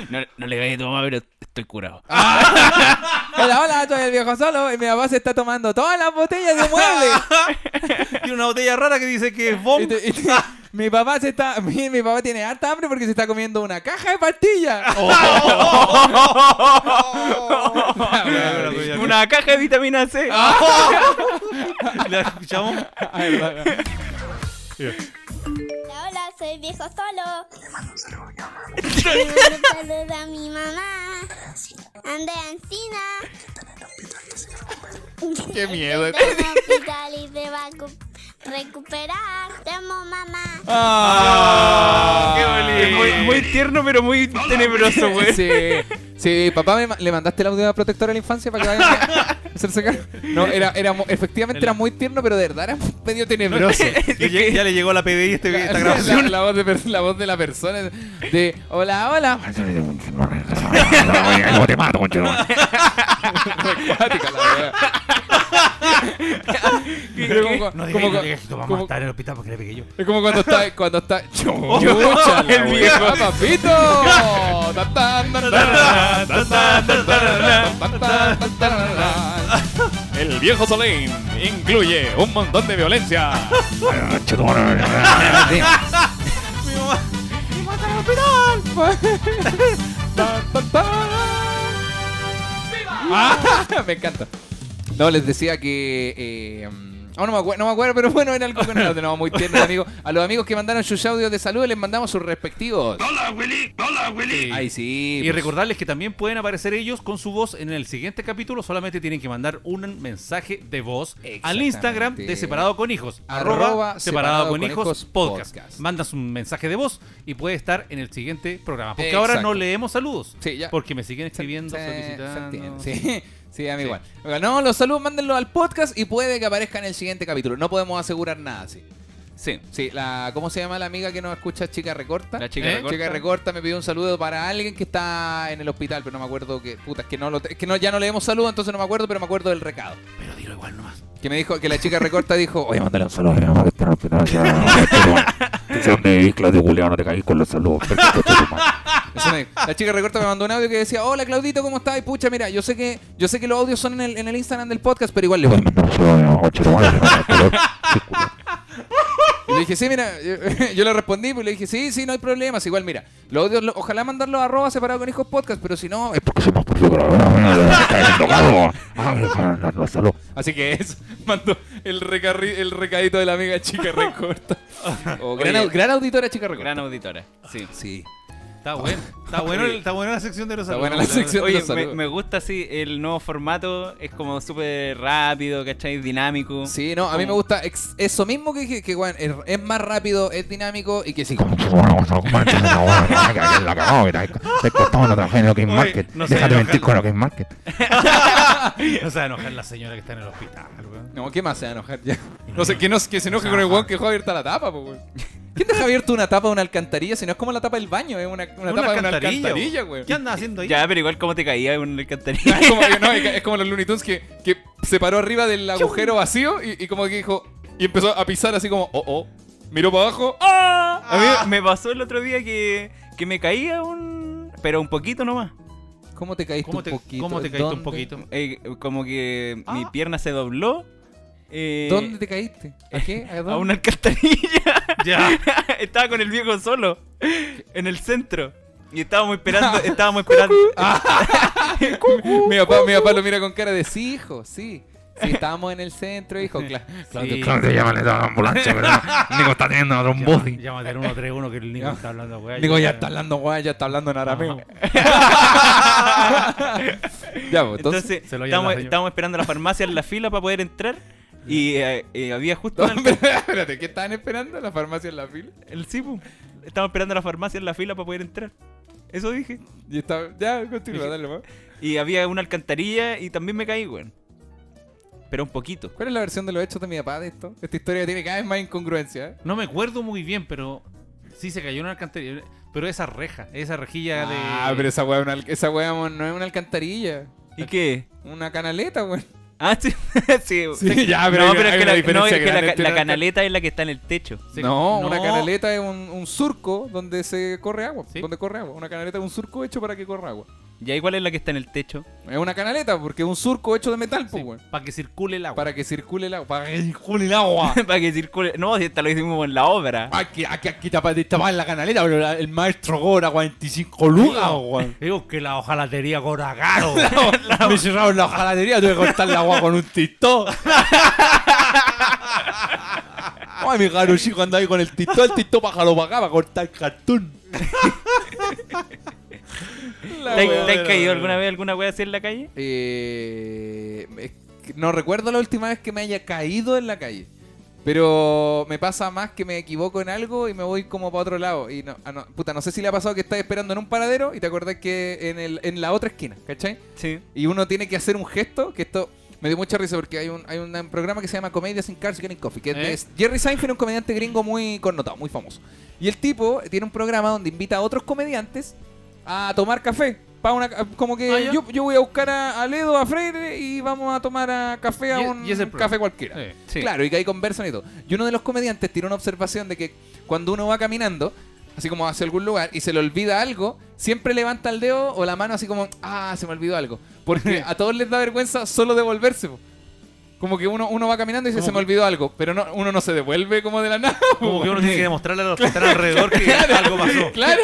No, no le vayas a tu mamá, pero estoy curado.
Ah,
Hola, hola, soy el viejo solo y mi papá se está tomando todas las botellas de mueble.
Tiene una botella rara que dice que es
Y
bomb.
te- y te- mi papá se está, mi, mi papá tiene harta hambre porque se está comiendo una caja de pastillas. Oh.
Una caja de vitamina C.
¿La escuchamos?
Hola, hola, soy viejo solo. Le mando un saludo. a mi mamá. André Ancina.
Qué miedo.
Está en el hospital y se va a cu- recuperar. Te amo, mamá.
Ah, Es muy, muy tierno, pero muy tenebroso, güey.
Sí, sí, papá, me ma- ¿le mandaste el audio a protector de la infancia para que vayan a hacerse cargo? No, era, era, mu- efectivamente era muy tierno, pero de verdad era medio tenebroso.
Ya lle- ya le llegó la PDI este, esta grabación.
La, la voz de, per- la voz de la persona de hola, hola.
¿Cómo te mato, conchetumare?
Acuática la wea. Pero como cua-
No digas,
como
no
cua-
digas que tu mamá
como-
está en el hospital porque le pegué yo.
Es como cuando está. Cuando está ¡Chucha, la
el
wea,
viejo.
papito! Tan, tan, tan, tan, tan, tan, tan, tan, tan, tan, tan.
El viejo Solín incluye un montón de violencia.
Tan, tan, tan. Ah, Me encanta. No, les decía que. eh, mm, oh, no, me acuerdo, no me acuerdo, pero bueno, era algo que no, no, muy tierno, amigo. A los amigos que mandaron sus audios de salud les mandamos sus respectivos. Ay, sí.
Y
pues.
recordarles que también pueden aparecer ellos con su voz en el siguiente capítulo. Solamente tienen que mandar un mensaje de voz al
Exactamente.
Instagram de Separado con Hijos. Arroba,
Arroba
Separado con, Hijos, podcast.
podcast.
Mandas un mensaje de voz y puede estar en el siguiente programa. Porque
Exacto.
ahora no leemos saludos.
Sí, ya.
Porque me siguen escribiendo,
Se- se- se entiende,
solicitando.
Sí, sí, a mí igual. Oiga, No, los saludos mándenlos al podcast y puede que aparezca en el siguiente capítulo. No podemos asegurar nada, sí.
Sí.
Sí, la, ¿cómo se llama la amiga que nos escucha? Chica Recorta.
La chica
¿Eh?
recorta.
Chica Recorta me pidió un saludo para alguien que está en el hospital, pero no me acuerdo que. Puta, es que, no lo, es que no, ya no leemos saludos, entonces no me acuerdo, pero me acuerdo del recado.
Pero dilo igual nomás.
Que me dijo que la chica Recorta dijo: Oye,
Oye, mándale un saludo a mi mamá que está en el hospital. que está en el hospital. Que sea donde isla de Julián, no te caí con los saludos. Perfecto, Chetumal.
Eso me dijo. La chica recorta me mandó un audio que decía, hola Claudito, ¿cómo estás? Y pucha, mira, yo sé que, yo sé que los audios son en el, en el Instagram del podcast, pero igual le voy a mandar.
Un saludo a mi mamá, Chetumal, que no me acuerdo.
Y le dije, sí, mira, yo, yo le respondí, pues le dije, sí, sí, no hay problemas. Igual, mira, los audios, lo- ojalá mandarlos a arroba separado con hijos podcast, pero si no, es-
Porque soy más perfecto, la verdad. No, no, no, está bien tocado. Ah, me van a dar los saludos.
así que es, mandó el, recarri- el recadito de la amiga chica recorta. O gran, au- gran auditora chica recorta.
Gran auditora. Sí.
Sí.
Está bueno. Está bueno, el- está buena la sección de los
Está
saludos.
buena la sección.
Oye,
Los
me,
saludos.
me gusta así el nuevo formato. Es como súper rápido, ¿cachai? Dinámico.
Sí, no, a mí me gusta ex- eso mismo que dije, que bueno, es, es más rápido, es dinámico y que sí.
Como que, bueno, o sea, como que, bueno, bueno, que la cagó, que la cagó, que la- te costó no trabajar en lo que es
Oye,
market.
no sé,
Déjate
no,
mentir con lo que es market.
No se va a enojar la señora que está en el hospital, weón.
No, ¿qué más se va a enojar ya? No sé, que, no, que se enoje con el weón que dejó abierta la tapa, pues, weón. ¿Quién deja abierta una tapa de una alcantarilla si no es como la tapa del baño? Es una, una, tapa de una alcantarilla,
weón.
weón.
¿Qué andas haciendo ahí?
Ya, pero igual como te caía en el cantarilla.
Es como, no, es que- es como los Looney Tunes que, que se paró arriba del agujero vacío y, y como que dijo...
Y empezó a pisar así como, oh, oh. Miró para abajo.
Ah.
A mí me pasó el otro día que, que me caía un... Pero un poquito nomás.
¿Cómo te caíste
¿Cómo
un
te,
poquito?
¿Cómo te caíste un
¿Dónde-
poquito?
Eh, como que mi
Ah.
pierna se dobló. eh,
¿Dónde te caíste? ¿A qué? eh, ¿A dónde?
A una alcantarilla.
Ya.
Estaba con el viejo solo. En el centro. Y estábamos esperando, estábamos esperando.
Ah, mi, papá, mi papá lo mira con cara de sí, hijo, sí. Sí, estábamos en el centro, hijo. Claro.
Sí.
Claudio, llámale a la ambulancia, pero Nico está teniendo a un body.
Llámate al 131 que el Nico está hablando, weá.
Digo, ya está hablando, weón, ya está hablando en arameo. ya, pues, Ah. entonces.
Entonces,
Se lo lleva la
estábamos,
señora.
estábamos esperando a la farmacia en la fila para poder entrar. Y eh, eh, había justo. en el-
Espérate, ¿qué estaban esperando? ¿La farmacia en la fila?
El Cipu. Estábamos esperando a la farmacia en la fila para poder entrar. Eso dije.
Y estaba. Ya, continúa,
Dije-
dale, weón.
Y había una alcantarilla y también me caí, weón. Pero un poquito.
¿Cuál es la versión de los hechos de mi papá de esto? Esta historia tiene cada vez más incongruencia. ¿eh?
No me acuerdo muy bien, pero sí se cayó en una alcantarilla. Pero esa reja, esa rejilla de.
Ah, pero esa weá es una al- esa weá, weón, no es una alcantarilla.
¿Y qué?
Una canaleta, weón.
Ah, sí. sí.
Sí, ya, pero
no,
hay- hay
pero es que,
una
la,
diferencia
no, es que la
grande
ca-
entre
la
la alcan-
canaleta es la que está en el techo.
No, una canaleta es un, un surco donde se corre agua. Donde corre agua. Una canaleta es un surco hecho para que corra agua.
¿Y ahí cuál es la que está en el techo?
Es una canaleta porque es un surco hecho de metal, pues, weón.
Para que circule el agua.
Para que circule el agua. Para que
circule el agua.
Para que circule. No, si esta lo hicimos en la obra.
Aquí, aquí, aquí tapa- tapa en la canaleta, pero la- el maestro Gora, 45 lugas, weón.
Digo que la hojalatería cobra caro.
Me cerraron la hojalatería, tuve que cortar el agua con un tito. Ay, mi caro chico andaba ahí con el tito, el tito pájalo para acá para cortar el cartón.
¿Te, has- te has caído alguna vez alguna wea así en la calle?
Eh, es que no recuerdo la última vez que me haya caído en la calle. Pero me pasa más que me equivoco en algo y me voy como para otro lado. Y no, ah, no, puta, no sé si le ha pasado que estás esperando en un paradero y te acordás que en, el, en la otra esquina, ¿cachai?
Sí.
Y uno tiene que hacer un gesto, que esto me dio mucha risa porque hay un, hay un programa que se llama Comedias in Cars Getting Coffee, que
¿Eh?
es de Jerry Seinfeld, un comediante gringo muy connotado, muy famoso. Y el tipo tiene un programa donde invita a otros comediantes a tomar café. Pa una, como que
Ah,
yo, yo voy a buscar a, a Ledo, a Freire y vamos a tomar a café a
Y-
un
y ese es el
café
programa.
cualquiera.
Sí, sí.
Claro, y que ahí conversan y todo. Y uno de los comediantes tiró una observación de que cuando uno va caminando, así como hacia algún lugar, y se le olvida algo, siempre levanta el dedo o la mano así como, ah, se me olvidó algo. Porque a todos les da vergüenza solo devolverse. po. Como que uno, uno va caminando y dice, se me olvidó algo, pero no, uno no se devuelve como de la nada. po.
Como que uno tiene que demostrarle a los que están alrededor que algo pasó.
Claro,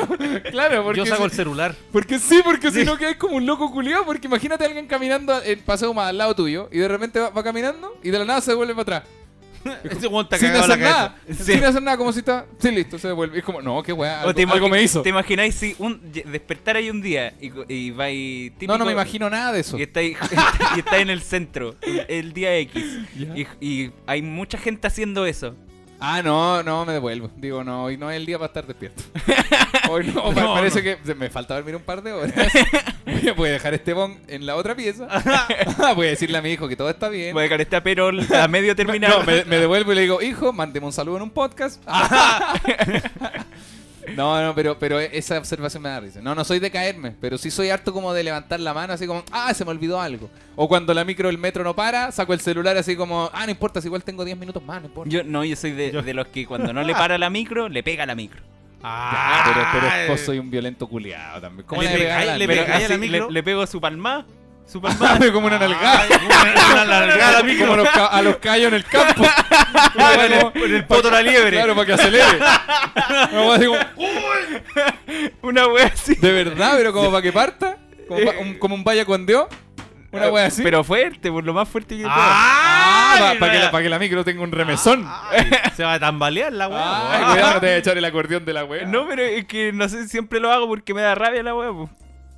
claro. Porque
Yo saco el
si-
celular.
Porque sí, porque si no quedas como un loco culiado. Porque imagínate a alguien caminando en paseo más al lado tuyo y de repente va, va caminando y de la nada se devuelve para atrás.
Ese weón está
sin
cagado en
hacer
la
nada.
cabeza.
Sin hacer nada, como si está. Sí, listo, se devuelve. Y Es como, no, qué weá.
¿O
Algo, algo
imagi-
me hizo.
¿Te imagináis si un, ye- despertar ahí un día y, co- y vais típico-
No, no me imagino nada de eso.
Y está, ahí- y está en el centro, el día X. Y, y hay mucha gente haciendo eso.
Ah, no, no, me devuelvo. Digo, no, hoy no es el día para estar despierto. Hoy no, pa-
No,
parece
no.
que se- me falta dormir un par de horas. Voy a- Voy a dejar este bon en la otra pieza. Voy a decirle a mi hijo que todo está bien.
Voy a dejar este aperol a medio terminado.
No, me, me devuelvo y le digo, hijo, mándeme un saludo en un podcast. no, no, pero, pero e-, esa observación me da risa. No, no soy de caerme, pero sí soy harto como de levantar la mano, así como, ah, se me olvidó algo. O cuando la micro el metro no para, saco el celular así como, ah, no importa, si igual tengo 10 minutos más, no importa.
Yo no, yo soy de, de los que cuando no le para la micro, le pega la micro.
Ah, pero, pero es que soy un violento culiado también. ¿Cómo
Le
le,
pegáis-
regalan?
le
Pero
pegáis a
así,
la micro. Le pego su palmada. Su palmada.
le- Ah, como una nalgada.
Una largada,
Como a los, ca- a los callos en el campo.
en el poto de la liebre.
Claro, para que acelere. Una wea así como,
Una wea así.
De verdad, pero como para que parta. Como, pa- un, como un vaya con Dios. Una
¿Ah,
wea así.
Eh. Pero fuerte, por lo más fuerte que yo
Ah, para que, la- pa' que la micro tenga un remesón.
Ah,
Ah.
Se va a tambalear la weá.
Ay, cuidado, no te voy a echar el acordeón de la
puedo.
wea.
Ah. No, pero es que no sé, siempre lo hago porque me da rabia la wea. po.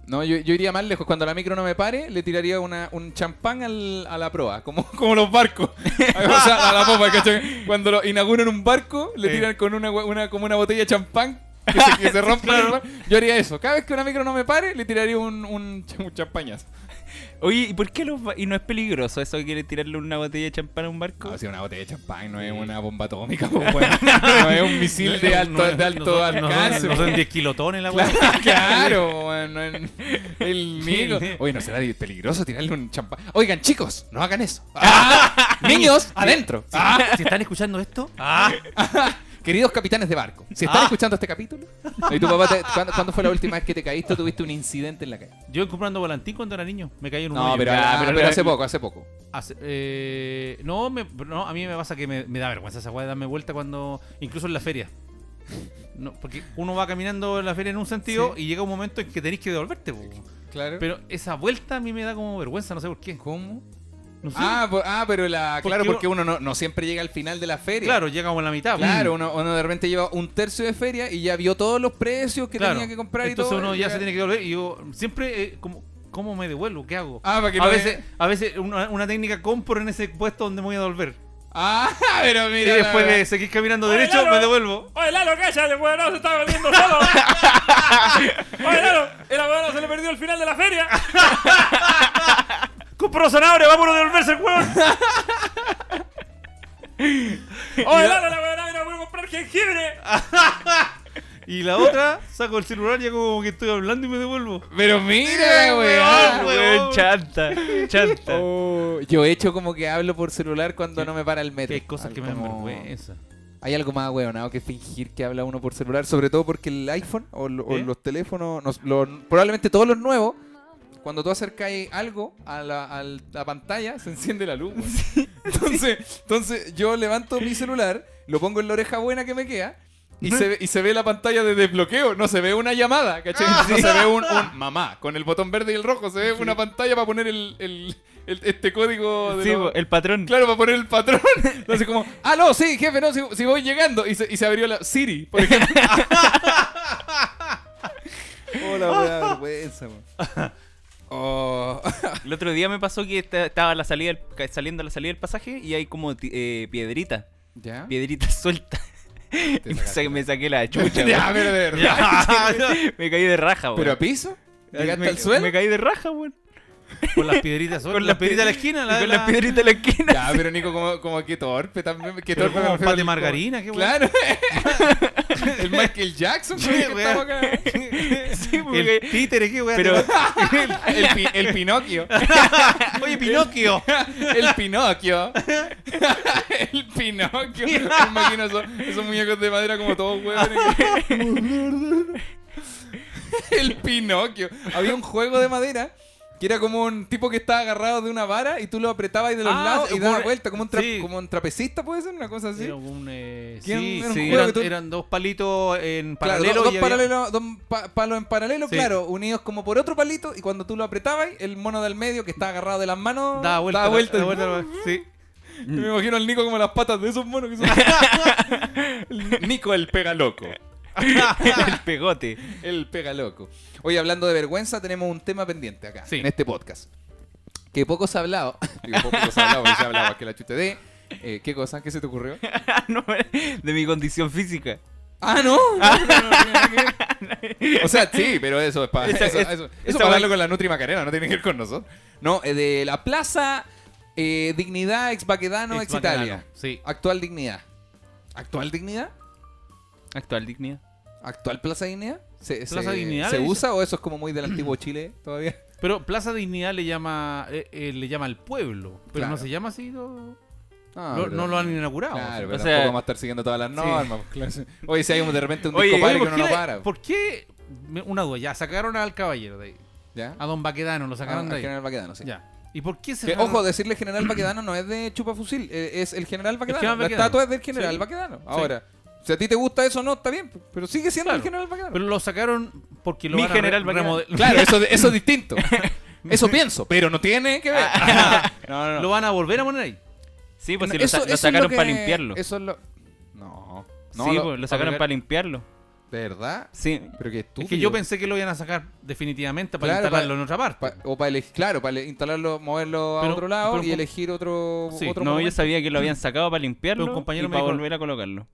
No, yo, yo iría más lejos. Cuando la micro no me pare, le tiraría una, un champán al- a la proa. Como, como los barcos. O sea, a la popa, ¿cachai? Cuando lo inauguran un barco, le tiran con una, hue- una, como una botella de champán. Que se, que se rompa. Yo haría eso. Cada vez que una micro no me pare, le tiraría un, un, cha- un champañazo.
Oye, ¿y por qué los ba- y no es peligroso eso que quiere tirarle una botella de champán a un barco?
Ah,
No, si una botella de champán no es una bomba atómica, pues, weón. no es un misil de alto, de alto alcance.
No son 10 kilotones la weá.
Claro, weón, no es- el micro. Oye, no será peligroso tirarle un champán. Oigan, chicos, no hagan eso. Ah, niños, adentro.
Ah, si están escuchando esto, ah,
Queridos capitanes de barco, si están escuchando este capítulo, ¿y tu papá te- ¿cuándo, cuándo fue la última vez que te caíste o tuviste un incidente en la calle?
yo comprando volantín cuando era niño, me caí en un
No,
hoyo.
pero,
Ya,
ah, pero- pero hace poco, hace poco.
Hace- eh, no, me- no, a mí me pasa que me, me da vergüenza esa weá de darme vuelta cuando. Incluso en la feria. No, porque uno va caminando en la feria en un sentido y llega un momento en que tenéis que devolverte. po.
Claro.
Pero esa vuelta a mí me da como vergüenza, no sé por qué.
¿Cómo?
No sé.
Ah, po- ah, pero la.
Porque
claro,
uno-
porque uno no, no siempre llega al final de la feria. Ah,
Claro, llega como en la mitad. po.
Claro, uno, uno de repente lleva un tercio de feria y ya vio todos los precios que
Claro.
tenía que comprar
Entonces
y todo.
uno ya
y
se tiene que devolver. Y yo siempre, eh, como, ¿cómo me devuelvo? ¿Qué hago?
Ah, para que
a,
no-
veces, a veces una, una técnica compro en ese puesto donde me voy a devolver.
Ah, pero mira.
y después
la-
de seguir caminando
Oye,
derecho,
Lalo.
me devuelvo.
Oye, Lalo, cállate, weón, no se está volviendo solo. Oye, Lalo, el abogado se le perdió el final de la feria. Compró zanahoria, vámonos a devolverse el weón. Oye, Lalo, la weón, no voy a comprar jengibre.
Y la otra, saco el celular y hago como que estoy hablando y me devuelvo.
Pero mira, weón.
weón, weón.
chanta, chanta.
Oh, yo he hecho como que hablo por celular cuando no me para el metro.
Hay cosas que me dan
Como-
vergüenza.
Hay algo más huevonado que fingir que habla uno por celular, sobre todo porque el iPhone o, lo- o
¿Eh?
los teléfonos, nos- los- probablemente todos los nuevos, cuando tú acercas algo a la, a la pantalla, se enciende la luz. weón. Entonces, entonces yo levanto mi celular, lo pongo en la oreja buena que me queda. Y se, ve, y se ve la pantalla de desbloqueo, no se ve una llamada, ¿cachai?
Ah,
No se ve un, un mamá, con el botón verde y el rojo, se ve una pantalla para poner el, el- el- este código de
Sí,
los-
po, el patrón.
Claro, para poner el patrón. Entonces como, ah, no, sí, jefe, no, si, si voy llegando. Y se, y se abrió la Siri, por ejemplo. Hola, weá, vergüenza, weón. Oh.
El otro día me pasó que esta- estaba a la salida del- ca- saliendo a la salida del pasaje y hay como ti- eh, piedrita,
¿Ya?
piedrita suelta. Sa- me saqué la chucha.
Ya,
weón.
pero de
me caí de raja, weón.
¿Pero a piso? ¿Llegaste
me,
al suelo?
me caí de raja, weón.
Con las piedritas, con las piedritas de la esquina. La,
con
la-
las piedritas de la esquina.
Ya, pero Nico, como, como que torpe también. Que
Pero
torpe
como
me
un
refiero
pan de
al-
margarina, qué
Claro. el Michael Jackson,
Sí,
con el que
weá.
estamos acá.
Sí, weón, me
El
caí-
títere, qué weá.
Pero-
El, pi- el Pinocchio.
Oye, Pinocchio.
El Pinocchio. El Pinocchio. Me imagino esos, esos muñecos de madera como todos huevones. El Pinocchio. Había un juego de madera que era como un tipo que estaba agarrado de una vara y tú lo apretabas de los
Ah,
lados y
como
daba
un-
vuelta, como un, tra-
sí.
como un trapecista, puede ser, una cosa así.
Era un, eh,
¿Quién-
sí,
era un
sí,
juego
eran,
que tú-
eran dos palitos en
Claro,
paralelo.
dos, dos
y había-
paralelos- dos pa- palos en paralelo,
Sí.
claro, unidos como por otro palito y cuando tú lo apretabas, el mono del medio que estaba agarrado de las manos
Daba vuelta.
daba vuelta.
daba vuelta, sí.
Y Me imagino al Nico como las patas de esos monos que son...
Nico el pega loco.
el pegote.
El pega loco. Hoy hablando de vergüenza, tenemos un tema pendiente acá,
Sí.
en este podcast. Que poco se ha hablado. Digo, poco se ha hablado, porque se ha hablado, que la chute de. eh, ¿Qué cosa? ¿Qué se te ocurrió?
Ah, No, de mi condición física.
¡Ah, no! No, no, no, no, nada que ver. o sea, sí, pero eso es para.
Esa-
eso,
es-
eso- eso
esa
para
guay-
hablarlo con la Nutri Macarena, no tiene que ver con nosotros. No, eh, de la Plaza eh, Dignidad Ex Baquedano, Ex
Exbaquedano,
Italia.
Sí.
Actual Dignidad. ¿Actual Dignidad?
Actual dignidad.
¿Actual Plaza Dignidad? ¿Se, se-
Plaza Dignidad,
¿se
le dice.
usa o eso es como muy del antiguo Chile todavía?
Pero Plaza Dignidad le llama eh, eh, le llama al pueblo. Pero
Claro.
no se llama así. No,
Ah,
no,
pero-
no lo han inaugurado.
Claro, pero
O sea-
tampoco vamos a estar siguiendo todas las normas. pues, claro. Oye, si hay un- de repente un
Oye,
disco
Oye,
padre que
¿por,
uno
qué
no
le-
para.
por qué? me- Una duda, ya sacaron al caballero de ahí.
¿Ya?
A don Baquedano lo
Ah,
sacaron
al
de ahí.
general Baquedano, sí.
Ya. ¿Y por qué se
Que,
fueron-
ojo, decirle general Baquedano no es de chupafusil, eh, es el general Baquedano.
general
la
Baquedano.
estatua es del general
Sí.
Baquedano.
Sí.
Ahora, si a ti te gusta eso no, está bien, pues, pero sigue siendo
Claro.
el general Baquedano.
Pero lo sacaron porque lo
Mi
van a
general
re-
Baquedano.
remodel-
Claro, eso, eso es distinto. Eso pienso, pero no tiene que ver.
No, no. Lo van a volver a poner ahí.
Sí, pues
No,
si lo,
eso-
sa- lo
eso es
sacaron
que-
para limpiarlo.
Eso es lo. No. no
sí, pues lo sacaron
ver,
para limpiarlo.
¿De verdad?
Sí.
Pero que
Es que yo pensé que lo iban a sacar definitivamente para
pues, Claro,
instalarlo
para-
en otra parte.
Pa- o para elegir, claro, para le- instalarlo, moverlo
Pero-
a otro lado
pero
y
un-
elegir otro.
Sí,
otro
No, yo
momento.
sabía que lo habían sacado para limpiarlo
Pero un compañero
y
me
para
dijo-
volver a colocarlo.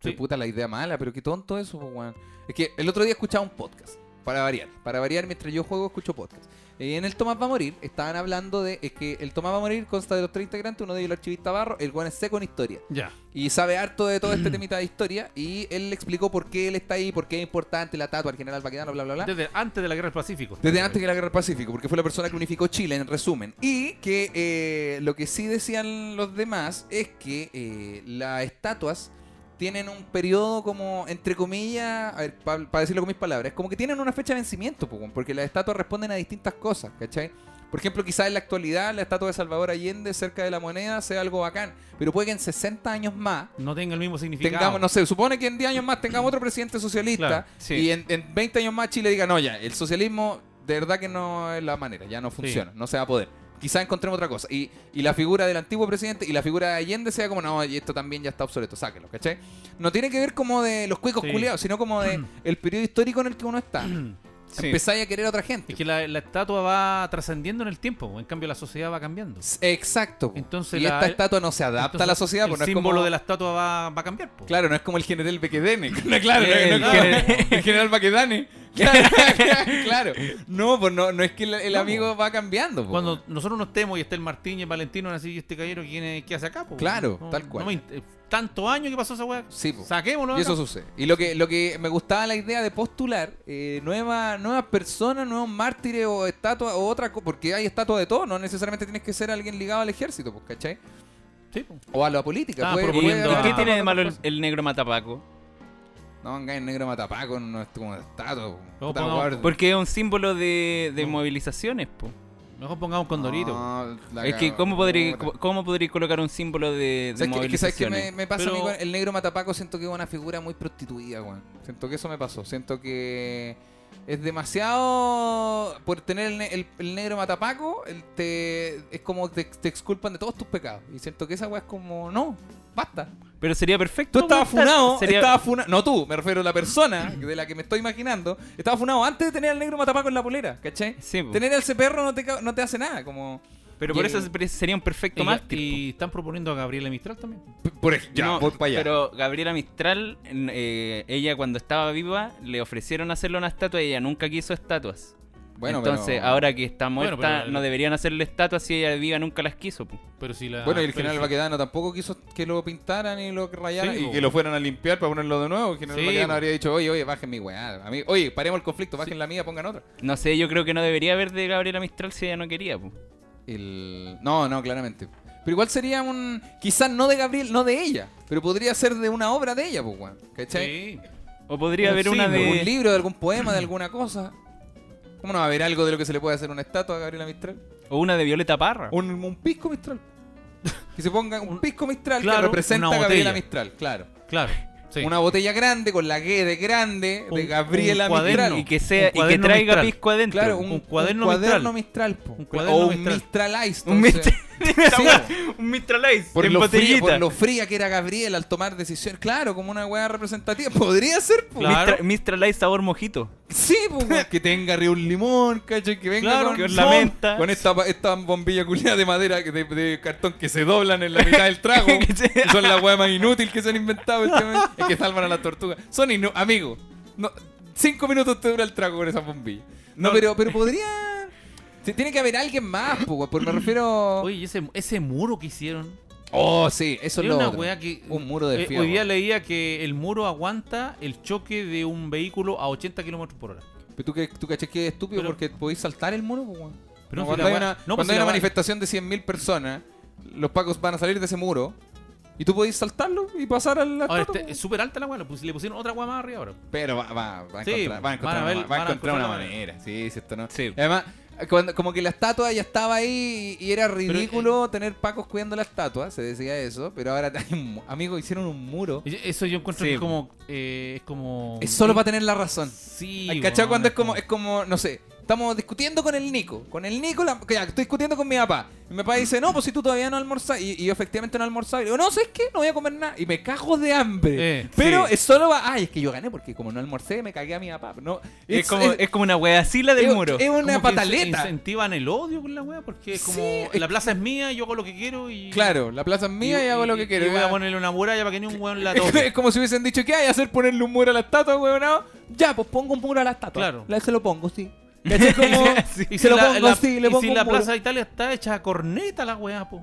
Qué
Sí.
puta la idea mala, pero qué tonto eso, po, weón. Es que el otro día escuchaba un podcast, para variar. Para variar, mientras yo juego, escucho podcast. Eh, en el Tomás va a morir, estaban hablando de. Es que el Tomás va a morir consta de los tres integrantes, uno de ellos el archivista Barro, el weón es seco en historia.
Ya.
Y sabe harto de todo este temita de historia. Y él le explicó por qué él está ahí, por qué es importante la estatua, el general Baquedano, bla, bla, bla.
Desde antes de la guerra del Pacífico.
Desde antes que la guerra del Pacífico, porque fue la persona que unificó Chile, en resumen. Y que eh, lo que sí decían los demás es que eh, las estatuas tienen un periodo como, entre comillas, a ver, para decirlo con mis palabras, como que tienen una fecha de vencimiento, po, weón, porque las estatuas responden a distintas cosas, ¿cachai? Por ejemplo, quizás en la actualidad la estatua de Salvador Allende cerca de la moneda sea algo bacán, pero puede que en 60 años más
No tenga el mismo significado.
tengamos, no sé, supone que en 10 años más tengamos otro presidente socialista
Claro, sí.
y en, en 20 años más Chile diga, no, ya, el socialismo de verdad que no es la manera, ya no funciona, no se va a poder. Quizá encontremos otra cosa. Y, y la figura del antiguo presidente y la figura de Allende sea como, no, y esto también ya está obsoleto, sáquelo, ¿cachai? No tiene que ver como de los cuicos
Sí.
culiados, sino como de el periodo histórico en el que uno está.
Sí.
Empezáis a querer a otra gente.
Es que la, la estatua va trascendiendo en el tiempo, en cambio la sociedad va cambiando.
Exacto. po.
Entonces
y
la-
esta estatua no se adapta a la
Entonces,
sociedad.
El
po, no es
símbolo
como-
de la estatua va, va pues. a cambiar. po.
Claro, no es como el general Bequedene. No, claro, no,
Eh,
no,
no.
el general- el general Baquedane. Claro, claro. No, pues no, no es que el, el
No, pues.
amigo va cambiando. pues. po.
Cuando nosotros no estemos y esté el Martín y el Valentino, van a decir, "¿Y este caballero ¿quién es- qué hace acá? po?
Claro,
No,
tal cual.
no me int- eh, Tanto año que pasó esa weá.
Sí, po.
Saquémoslo.
Y eso
acá.
sucede. Y lo que, lo que me gustaba la idea de postular eh, nueva- nuevas personas, nuevos mártires o estatuas o otra cosa, porque hay estatuas de todo, no necesariamente tienes que ser alguien ligado al ejército, pues, ¿cachai?
Sí, pues. po.
O a la política.
Estaba
puede-
proponiendo
puede haber
a-
¿Y qué
otras
tiene de
cosas.
malo el, el negro matapaco?
No, venga, el negro matapaco, no es como estatua. po. Puta,
pongamos-
guarda.
Porque es un símbolo de, de movilizaciones, po.
Mejor pongamos un condorito.
No, la
Es que,
cago-
¿cómo podría,
puta.
cómo- cómo podría colocar un símbolo de, de
¿Sabes qué, es que ¿sabes qué
movilizaciones?
me, me pasa a mí
Pero-
con el negro matapaco? Siento que es una figura muy prostituida, weón. Siento que eso me pasó. Siento que es demasiado. Por tener el, ne- el- el negro matapaco, el te, es como te, te exculpan de todos tus pecados. Y siento que esa weá es como, no, basta.
Pero sería perfecto.
Tú estabas
weón,
funado,
sería-
estabas funa- No tú, me refiero a la persona de la que me estoy imaginando. Estaba funado antes de tener al negro matapaco en la polera, ¿cachai?
Sí, po.
Tener al perro no te, ca- no te hace nada, como.
Pero por
y-
eso es- sería un perfecto
Y-
mártir. po.
y están proponiendo a Gabriela Mistral también.
Por ej- ya,
No,
voy para allá.
Pero Gabriela Mistral, en- eh, ella cuando estaba viva, le ofrecieron hacerle una estatua y ella nunca quiso estatuas.
Bueno,
Entonces,
pero-
ahora que está
Bueno,
muerta,
pero-
no deberían hacerle estatuas si ella viva nunca las quiso. po.
Pero si la,
Bueno, y el
Ah, pero
general
si-
Baquedano tampoco quiso que lo pintaran y lo rayaran.
Sí,
y
Y que lo fueran a limpiar para ponerlo de nuevo. General
Sí,
Baquedano
po.
habría
habría dicho, oye, oye, bajen mi weá. A mí, oye, paremos el conflicto, bajen la mía, pongan otra.
No sé, yo creo que no debería haber de Gabriela Mistral si ella no quería. po.
El... No, no, claramente. Pero igual sería un... Quizás no de Gabriel, no de ella. Pero podría ser de una obra de ella, pues, weón. ¿Cachai?
Sí.
O podría
Un
haber una
signo,
De un
de...
libro, de algún poema, de alguna cosa. ¿Cómo no va a haber algo de lo que se le puede hacer una estatua a Gabriela Mistral?
O una de Violeta Parra.
Un, un pisco Mistral. Que se ponga un pisco Mistral que
claro,
representa
una
a Gabriela
botella.
Mistral, claro.
Claro. sí.
Una botella grande con la G de grande de
Un-
Gabriela
un cuaderno.
Mistral.
Y que sea
Un
y que
cuaderno
traiga
Mistral.
pisco adentro.
Claro,
po.
un,
un
un
cuaderno
cuaderno, Mistral. po.
Un cuaderno
o un
Mistral.
Mistral Ice.
Un
entonces. Sí, po.
un Mistral Ice
Por
en
lo frío,
botellita.
Por lo fría que era Gabriel al tomar decisiones. Claro, como una weá representativa. Podría ser, po.
Mistra- Mistral, Ice sabor mojito.
Sí, po, weón. Que tenga arriba un limón, ¿cachai? Que venga
Claro,
con,
que la menta.
con esta, esta bombilla culiada de madera, que de, de cartón que se doblan en la mitad del trago.
Que se-
que son la weá más inútil que se han inventado últimamente. y que salvan a la tortuga. Son inú... Amigo, no, cinco minutos te dura el trago con esa bombilla. No, pero, pero podría... Sí, tiene que haber alguien más, po, weón, porque me refiero...
Oye, ¿y ese, ese muro que hicieron.
Oh, sí, eso es
Es
lo
una
otro.
weá que-
Un muro de
Eh,
fierro.
hoy día leía que el muro aguanta el choque de un vehículo a 80 kilómetros por hora.
Pero tú, que, tú caché que es estúpido
Pero-
porque podéis saltar el muro, pues, weón.
Pero no,
cuando
si la
hay
weá-
una,
no, pues
cuando
si
hay
la
una
weá-
manifestación de 100.000 personas, los pacos van a salir de ese muro y tú podéis saltarlo y pasar al. la
Ahora,
estatua,
este-
pues.
es súper alta la weá, le pus- le pusieron otra weá más arriba ahora.
Pero va, va, va a
Sí,
encontrar, va a encontrar
van a ver-
una, va a
van a
encontrar
encontrar
una
la
manera. Sí, sí, esto no.
Sí.
Además, cuando- como que la estatua ya estaba ahí y y era
eh,
ridículo tener pacos cuidando la estatua, se decía eso, pero ahora, hay un mu- amigo, hicieron un muro.
Y Eso yo encuentro
Sí,
que es como. eh, es como.
Es solo para tener la razón.
Sí.
¿Hay cachado
weón,
cuando es como, es como, no sé, estamos discutiendo con el Nico. Con el Nico, la- que ya, estoy discutiendo con mi papá. Y mi papá dice, no, pues si tú todavía no almorzás. Y, y yo efectivamente no almorzaba. Y le digo, no, ¿sabes qué? No voy a comer nada. Y me cago de hambre.
Eh,
Pero
sí.
es solo va, ay, es que yo gané porque como no almorcé, me cagué a mi papá. No,
Es, como, es como una hueacila del
es-
muro.
Es
como
una
que
pataleta.
Incentivan el odio con la weá, porque es como.
Sí, es-
la plaza es mía, yo hago lo que quiero y.
Claro, la plaza es mía y, hago lo que quiero.
Y voy a
Ya.
ponerle una muralla para que ni un weón la
Es,
toque.
como si hubiesen dicho, ¿qué hay? Hacer ponerle un muro a la estatua, weón. Ya, pues pongo un muro a la estatua.
Claro.
La, se lo pongo, sí. ¿Cachai? Como- y se
si
lo
la-
pongo
la-
así, le
y
pongo
si
un
la
muro.
plaza de Italia está hecha a corneta la weá, po.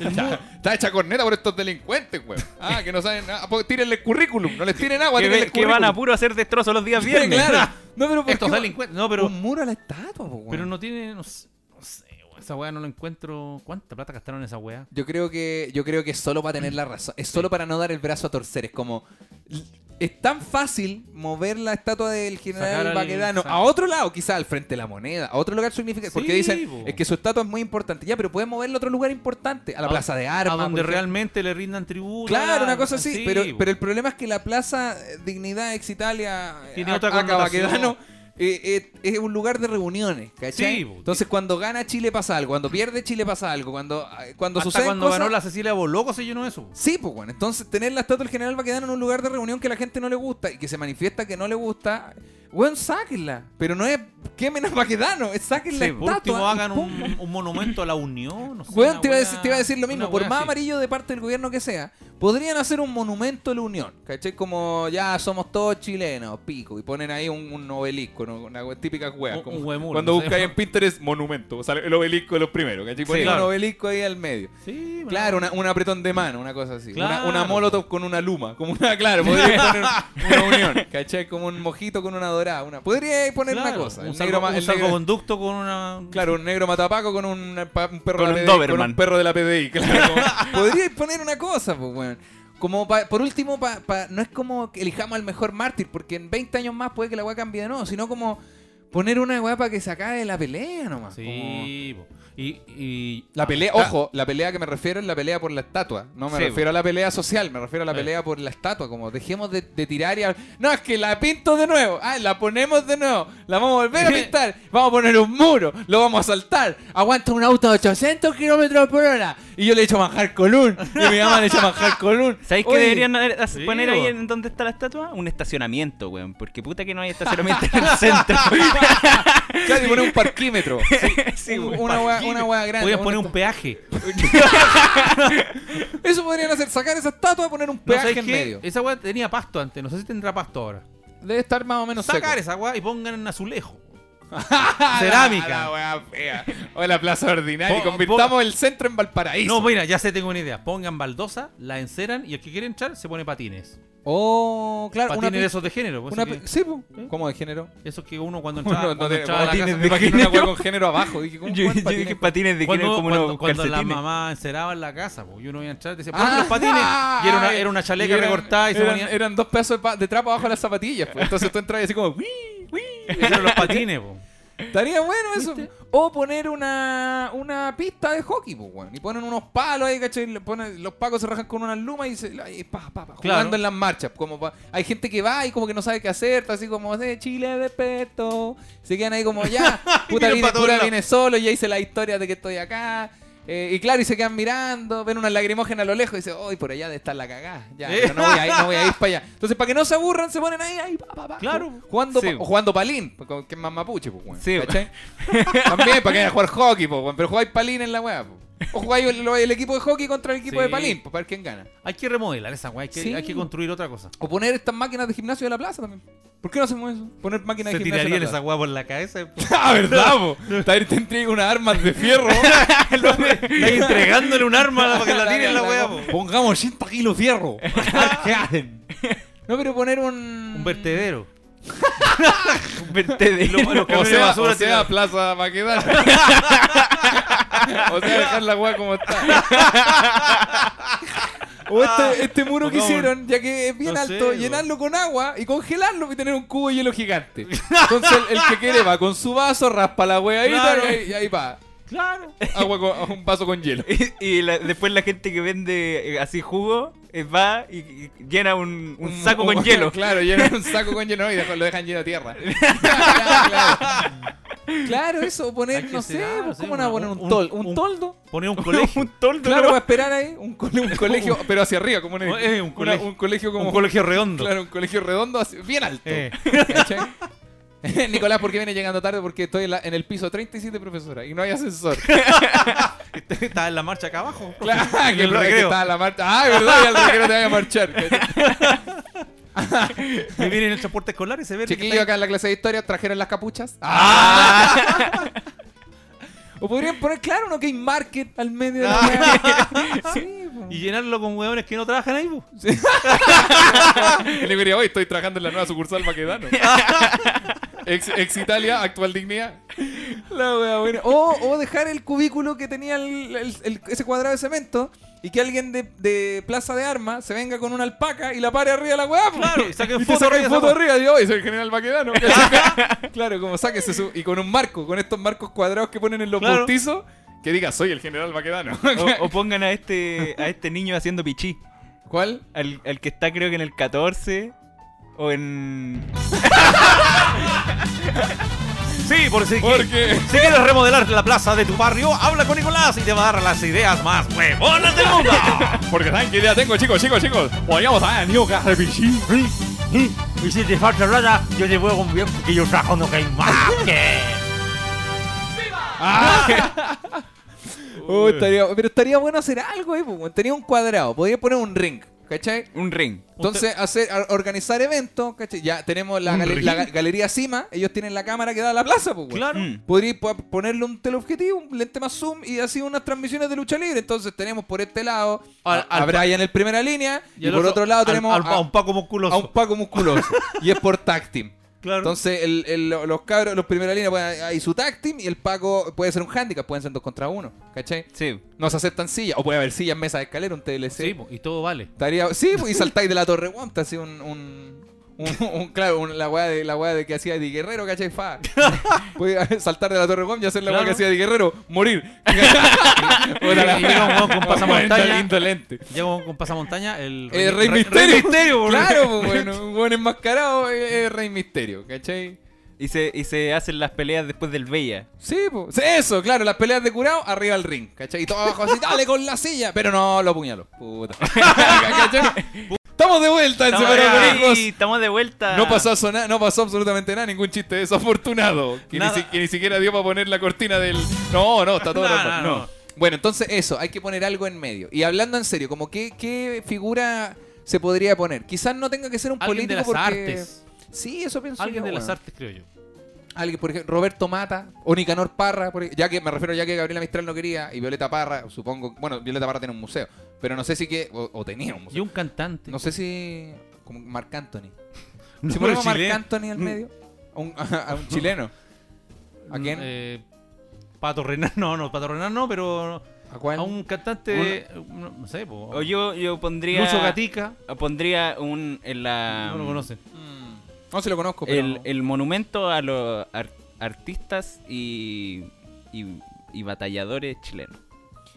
El muro-
Está hecha corneta por estos delincuentes, weón. Ah, que no saben nada. Pues tírenle el currículum, no les tiren agua,
que,
tírenle
ve-
el
que van a
currículum.
puro hacer destrozos los días
Pero
viernes.
claro. No, pero ¿por
Estos
qué-
delincuentes. No, pero.
Un muro a la estatua, po, weón.
Pero no tiene. No sé, no sé, weón, esa weá no lo encuentro. ¿Cuánta plata gastaron en esa weá?
Yo creo que yo creo que es solo para tener la razón. Es solo para no dar el brazo a torcer. Es como. l- es tan fácil mover la estatua del
Sacar
general
al-
Baquedano
sac-
a otro lado, quizá al frente de la moneda, a otro lugar significativo. Porque
Sí,
dicen,
po.
es que su estatua es muy importante. Ya, pero pueden moverla a otro lugar importante, a la plaza de armas.
A donde
por ejemplo.
realmente le rindan tributo.
Claro, una cosa así. pero,
po.
pero el problema es que la plaza eh, Dignidad Ex Italia
Tiene
a-
otra
acá,
connotación.
Baquedano, eh, eh, es un lugar de reuniones, ¿cachai?
Sí, po.
Entonces, cuando gana Chile pasa algo, cuando pierde Chile pasa algo, cuando, eh, cuando
Hasta
sucede.
cuando ganó la Cecilia Boloco se llenó eso.
Sí, pues bueno, entonces tener la estatua del general va quedando en un lugar de reunión que la gente no le gusta y que se manifiesta que no le gusta, weón, sáquenla. Pero no es quemen a Baquedano, es saquen la
Sí, por
estatua.
último
y
hagan
pum.
un, un monumento a la unión. no sé,
Weón,
pues, una
te iba, a
weá-
decir, te iba a decir lo mismo,
una
por
weá
más
así.
amarillo de parte del gobierno que sea, podrían hacer un monumento a la unión, ¿cachai? Como ya somos todos chilenos, pico, y ponen ahí un, un obelisco, ¿no? una we- típica
Un-
wea. como-
un huemul, Cuando no sé. buscáis en Pinterest, monumento. Sale el obelisco de los primeros. ¿cachai?
Sí,
Ponen
un
claro.
obelisco ahí al medio.
Sí,
claro, una- un apretón de mano, una cosa así. Una- Una,
Claro.
molotov con una luma. Como una, claro, podría poner una unión. ¿Cachai? Como un mojito con una dorada. Una, podría poner una
Claro,
cosa.
Un,
el
salvo,
ma-
un
el negro-
salvoconducto con una.
Claro, un negro matapaco con un, eh, pa- un perro
Con
de
un
la PDI,
Doberman.
con un perro de la PDI. Claro, como- Podríais poner una cosa, pues, weón. Como pa- por último, pa- pa- no es como que elijamos al mejor mártir, porque en 20 años más puede que la weá cambie de nuevo, sino como poner una weá para que se acabe la pelea nomás.
Sí, po. y, y-
La pelea,
ah,
ojo, la pelea que me refiero es la pelea por la estatua. No me
Sí,
refiero a la pelea social, me refiero a la
Eh.
pelea por la estatua. Como dejemos de, de tirar y. hab- No, es que la pinto de nuevo. Ah, la ponemos de nuevo. La vamos a volver a pintar. Vamos a poner un muro. Lo vamos a saltar. Aguanta un auto de 800 kilómetros por hora. Y yo le echo manjar con un. Y mi mamá le echa manjar con un.
¿Sabéis qué
Oye,
deberían haber- hacer-
sí,
poner ahí
po.
en donde está la estatua? Un estacionamiento, weón. Porque puta que no hay estacionamiento en el centro.
Claro, y poner un parquímetro.
Sí,
Un-
weón.
una weá una weá grande.
Podrían
un
poner un peaje.
Eso podrían hacer, sacar esa estatua y poner un
No,
peaje
¿sabes
en
qué?
medio.
Esa weá tenía pasto antes, no sé si tendrá pasto ahora.
Debe estar más o menos
Sacar
seco.
esa weá y pongan en azulejo. Cerámica.
La weá fea. O la plaza ordinaria.
Po-
Y convirtamos el centro en Valparaíso.
No, mira, ya sé, tengo una idea. Pongan baldosa, la enceran y el que quiere entrar se pone patines.
Oh, claro.
patines
pi-
de esos de género. pues,
una
eso
pi-
que-
Sí, po. ¿cómo de género?
Eso que uno cuando entraba,
No, no
cuando
te-
entraba a la
patines
casa,
de
me imagino
género.
una hueá con género abajo. Dije, ¿cómo
Yo,
cuál
yo
patines?
dije patines de que
Cuando-
eran como
cuando,
unos
cuando la
calcetines.
mamá enceraba en la casa, po, y uno iba a entrar, decía,
Ah,
ponme los patines.
ah,
y era una, era una chaleca
eran-
recortada y se
eran,
ponía.
eran dos pedazos de, pa- de trapo abajo de las zapatillas. pues. Entonces tú entras y así como. "Wii, wii".
Hicieron los patines, pues. po.
Estaría bueno eso. O poner una, una pista de hockey, pues, weón. Y ponen unos palos ahí, ¿cachai? Le ponen- los pacos se rajan con unas lumas y se. y pa, pa, pa, jugando
Claro.
en las marchas. Como pa- hay gente que va y como que no sabe qué hacer, está así como de Chile de peto. Se quedan ahí como ya, puta,
Miran
vine,
pa' todos
puta,
lados.
vine solo, ya hice la historia de que estoy acá. Eh, y claro, y se quedan mirando, ven una lagrimógena a lo lejos y dicen, hoy por allá de estar la cagada. Ya,
Eh.
pero no voy a ir, no voy a ir para allá. Entonces, para que no se aburran, se ponen ahí, ahí, pa, pa, pa,
Claro.
Jugando,
Sí.
pa- o jugando palín, pues, como que es más mapuche, pues, weón.
Sí.
¿cachai? También, para que vayan a jugar hockey, po, weón, pero jugáis palín en la weá. po. O jugáis el, lo- el equipo de hockey contra el equipo
Sí.
de palín, po, para ver quién gana.
Hay que remodelar esa weá, hay, que-
Sí.
hay que construir otra cosa.
O poner estas máquinas de gimnasio de la plaza también. ¿Por qué no hacemos eso? Poner máquinas
Se
de gimnasio.
tirarían
de
esa
la plaza.
weá por la cabeza. po.
Ah, ¿verdad? Po? Tal vez te entregue unas armas de fierro.
Están entregándole un arma para que la tiren la weá, po.
Pongamos 80 kilos de fierro.
¿Qué hacen?
No, pero poner un.
Un vertedero.
Verte de-
Los, los
O
camiones de
sea,
basura
o sea,
tirados.
plaza va a quedar. o sea, dejar la weá como está.
O
Ah,
este, este muro que
Pongamos-
hicieron, ya que es bien
no sé,
alto,
po.
llenarlo con agua y congelarlo y tener un cubo de hielo gigante. Entonces el, el que quiere va con su vaso, raspa la wea ahí,
Claro.
y, ahí- y ahí va.
Claro.
Agua con un vaso con hielo.
Y, y la- después la gente que vende eh, así jugo eh, va y, y llena un, un saco con hielo.
Claro, llenan un saco con hielo y dejo- lo dejan lleno de tierra. claro, Claro, eso,
Hay
poner,
que
no sé,
cenar,
pues,
sí,
¿cómo
una-
van a poner un,
un-
tol- un
un-
toldo?
Poner un colegio.
un toldo.
Claro,
¿no?
voy a esperar ahí un, cole- un colegio,
Pero hacia arriba, como un,
Eh, un
una-
colegio.
un colegio como.
un colegio redondo.
claro, un colegio redondo, así, bien alto.
Eh.
¿Cachai? Nicolás, ¿por qué viene llegando tarde? Porque estoy en, la- en el piso 37, profesora, y no hay ascensor.
Estaba en la marcha acá abajo.
Claro, que,
el
el profe que
recreo.
estaba en la marcha. Ah, verdad, y al recreo te vaya a marchar. ¿cachai?
Me viene en el transporte escolar y se ve que
Chiquillo,
está
acá en la clase de historia trajeron las capuchas.
Ah.
O podrían poner, claro, uno que hay market al medio de la
Ah.
wea. Sí, po.
ahí. Y llenarlo con hueones que no trabajan ahí,
pues.
po.
Le diría, hoy estoy trabajando en la nueva sucursal Maquedano. Ex, ex Italia, actual dignidad.
La wea buena. O, o dejar el cubículo que tenía el- el- el- ese cuadrado de cemento y que alguien de, de Plaza de Armas se venga con una alpaca y la pare arriba de la weá. po.
Claro, y saquen
y te
foto
saquen
arriba de
foto
esa
arriba. Y yo, "Oye, soy el general Baquedano. ¿cachai? claro, como sáquese su. Y con un marco, con estos marcos cuadrados que ponen en los
Claro.
bautizos.
Que diga, soy el general Maquedano.
O, o pongan a este a este niño haciendo pichí.
¿Cuál?
Al, al que está creo que en el 14 o en...
Sí, por si,
Porque-
si quieres remodelar la plaza de tu barrio, habla con Nicolás y te va a dar las ideas más huevonas del mundo.
Porque saben qué idea tengo, chicos, chicos, chicos. Podríamos a New de Pichín.
y si te falta nada, yo te voy con bien porque yo trabajo no que más que...
Oh, estaría- pero estaría bueno hacer algo, eh, po, weón. Tenía un cuadrado, podría poner un ring, ¿cachai?
Un ring.
Entonces, hacer, a- organizar eventos, ¿cachai? Ya tenemos la,
¿Un
gale-
ring?
la ga- galería cima, ellos tienen la cámara que da a la plaza, pues, weón.
Claro.
Mm.
Podría po- ponerle un teleobjetivo, un lente más zoom y así unas transmisiones de lucha libre. Entonces, tenemos por este lado a,
Al- al
a
pa-
Brian en primera línea y,
el
por otro, lado
al-
tenemos
al- a
a,
un Paco musculoso.
a un Paco musculoso. y es por tag team.
Claro.
Entonces, el- el- lo- los cabros, los primera línea, pueden- hay su tag team y el Paco puede ser un handicap, pueden ser dos contra uno, ¿cachai?
Sí.
No se aceptan sillas, o puede haber sillas, mesas, escalera, un TLC.
Sí, po, y todo vale.
Estaría, sí, pues, y saltáis de la torre Guam, te hacía un, un, un- un- claro, un- la weá de la weá de que hacía Di Guerrero, ¿cachai? Fa. Puedes saltar de la torre Guam y hacer la weá
Claro.
que hacía Di Guerrero, morir.
Y llega- y llega un weón con pasamontaña.
Indolente.
Llega un weón con pasamontaña, el,
El Eh, Rey
Re- Re-
Misterio.
Rey Misterio, boludo.
Claro, pues, bueno, un buen enmascarado es es Rey Misterio, ¿cachai?
Y se, y se hacen las peleas después del Bella.
Sí, pues. Eso, claro, las peleas de curado arriba al ring, ¿cachai? Y todo abajo así, dale con la silla. Pero no, lo apuñalo. Puta. ¿Cachai? Estamos de vuelta en
Estamos,
Separados por
de,
Hijos.
sí, estamos de vuelta.
No pasó, sona- no pasó absolutamente nada, ningún chiste desafortunado. Que, ni,
Nada.
si- que ni siquiera dio para poner la cortina del. No, no, está
No,
todo normal.
Ah, no,
No,
no.
Bueno, entonces eso, hay que poner algo en medio. Y hablando en serio, como qué, qué figura se podría poner. Quizás no tenga que ser un
Alguien
político
de las
porque-
artes.
Sí, eso pienso
Alguien
yo,
de las
weón.
artes, creo yo.
Alguien, por ejemplo, Roberto Mata o Nicanor Parra, por ej- ya que me refiero ya que Gabriela Mistral no quería y Violeta Parra, supongo, bueno, Violeta Parra tiene un museo, pero no sé si que o, o tenía un
Y
museo.
un cantante.
No sé si como Marc Anthony.
No,
si
pero
ponemos a Marc
chileno.
Anthony al medio, a un, a un chileno. ¿A quién?
Eh, Pato Renal, no, no, Pato Renal no, pero
¿A cuál?
a un cantante, no, no sé, po,
O yo, yo pondría...
Lucho Gatica,
Pondría un... En la,
no lo conocen.
Ah, Mm, No se lo conozco, pero
el, el monumento a los ar- artistas y, y, y batalladores chilenos.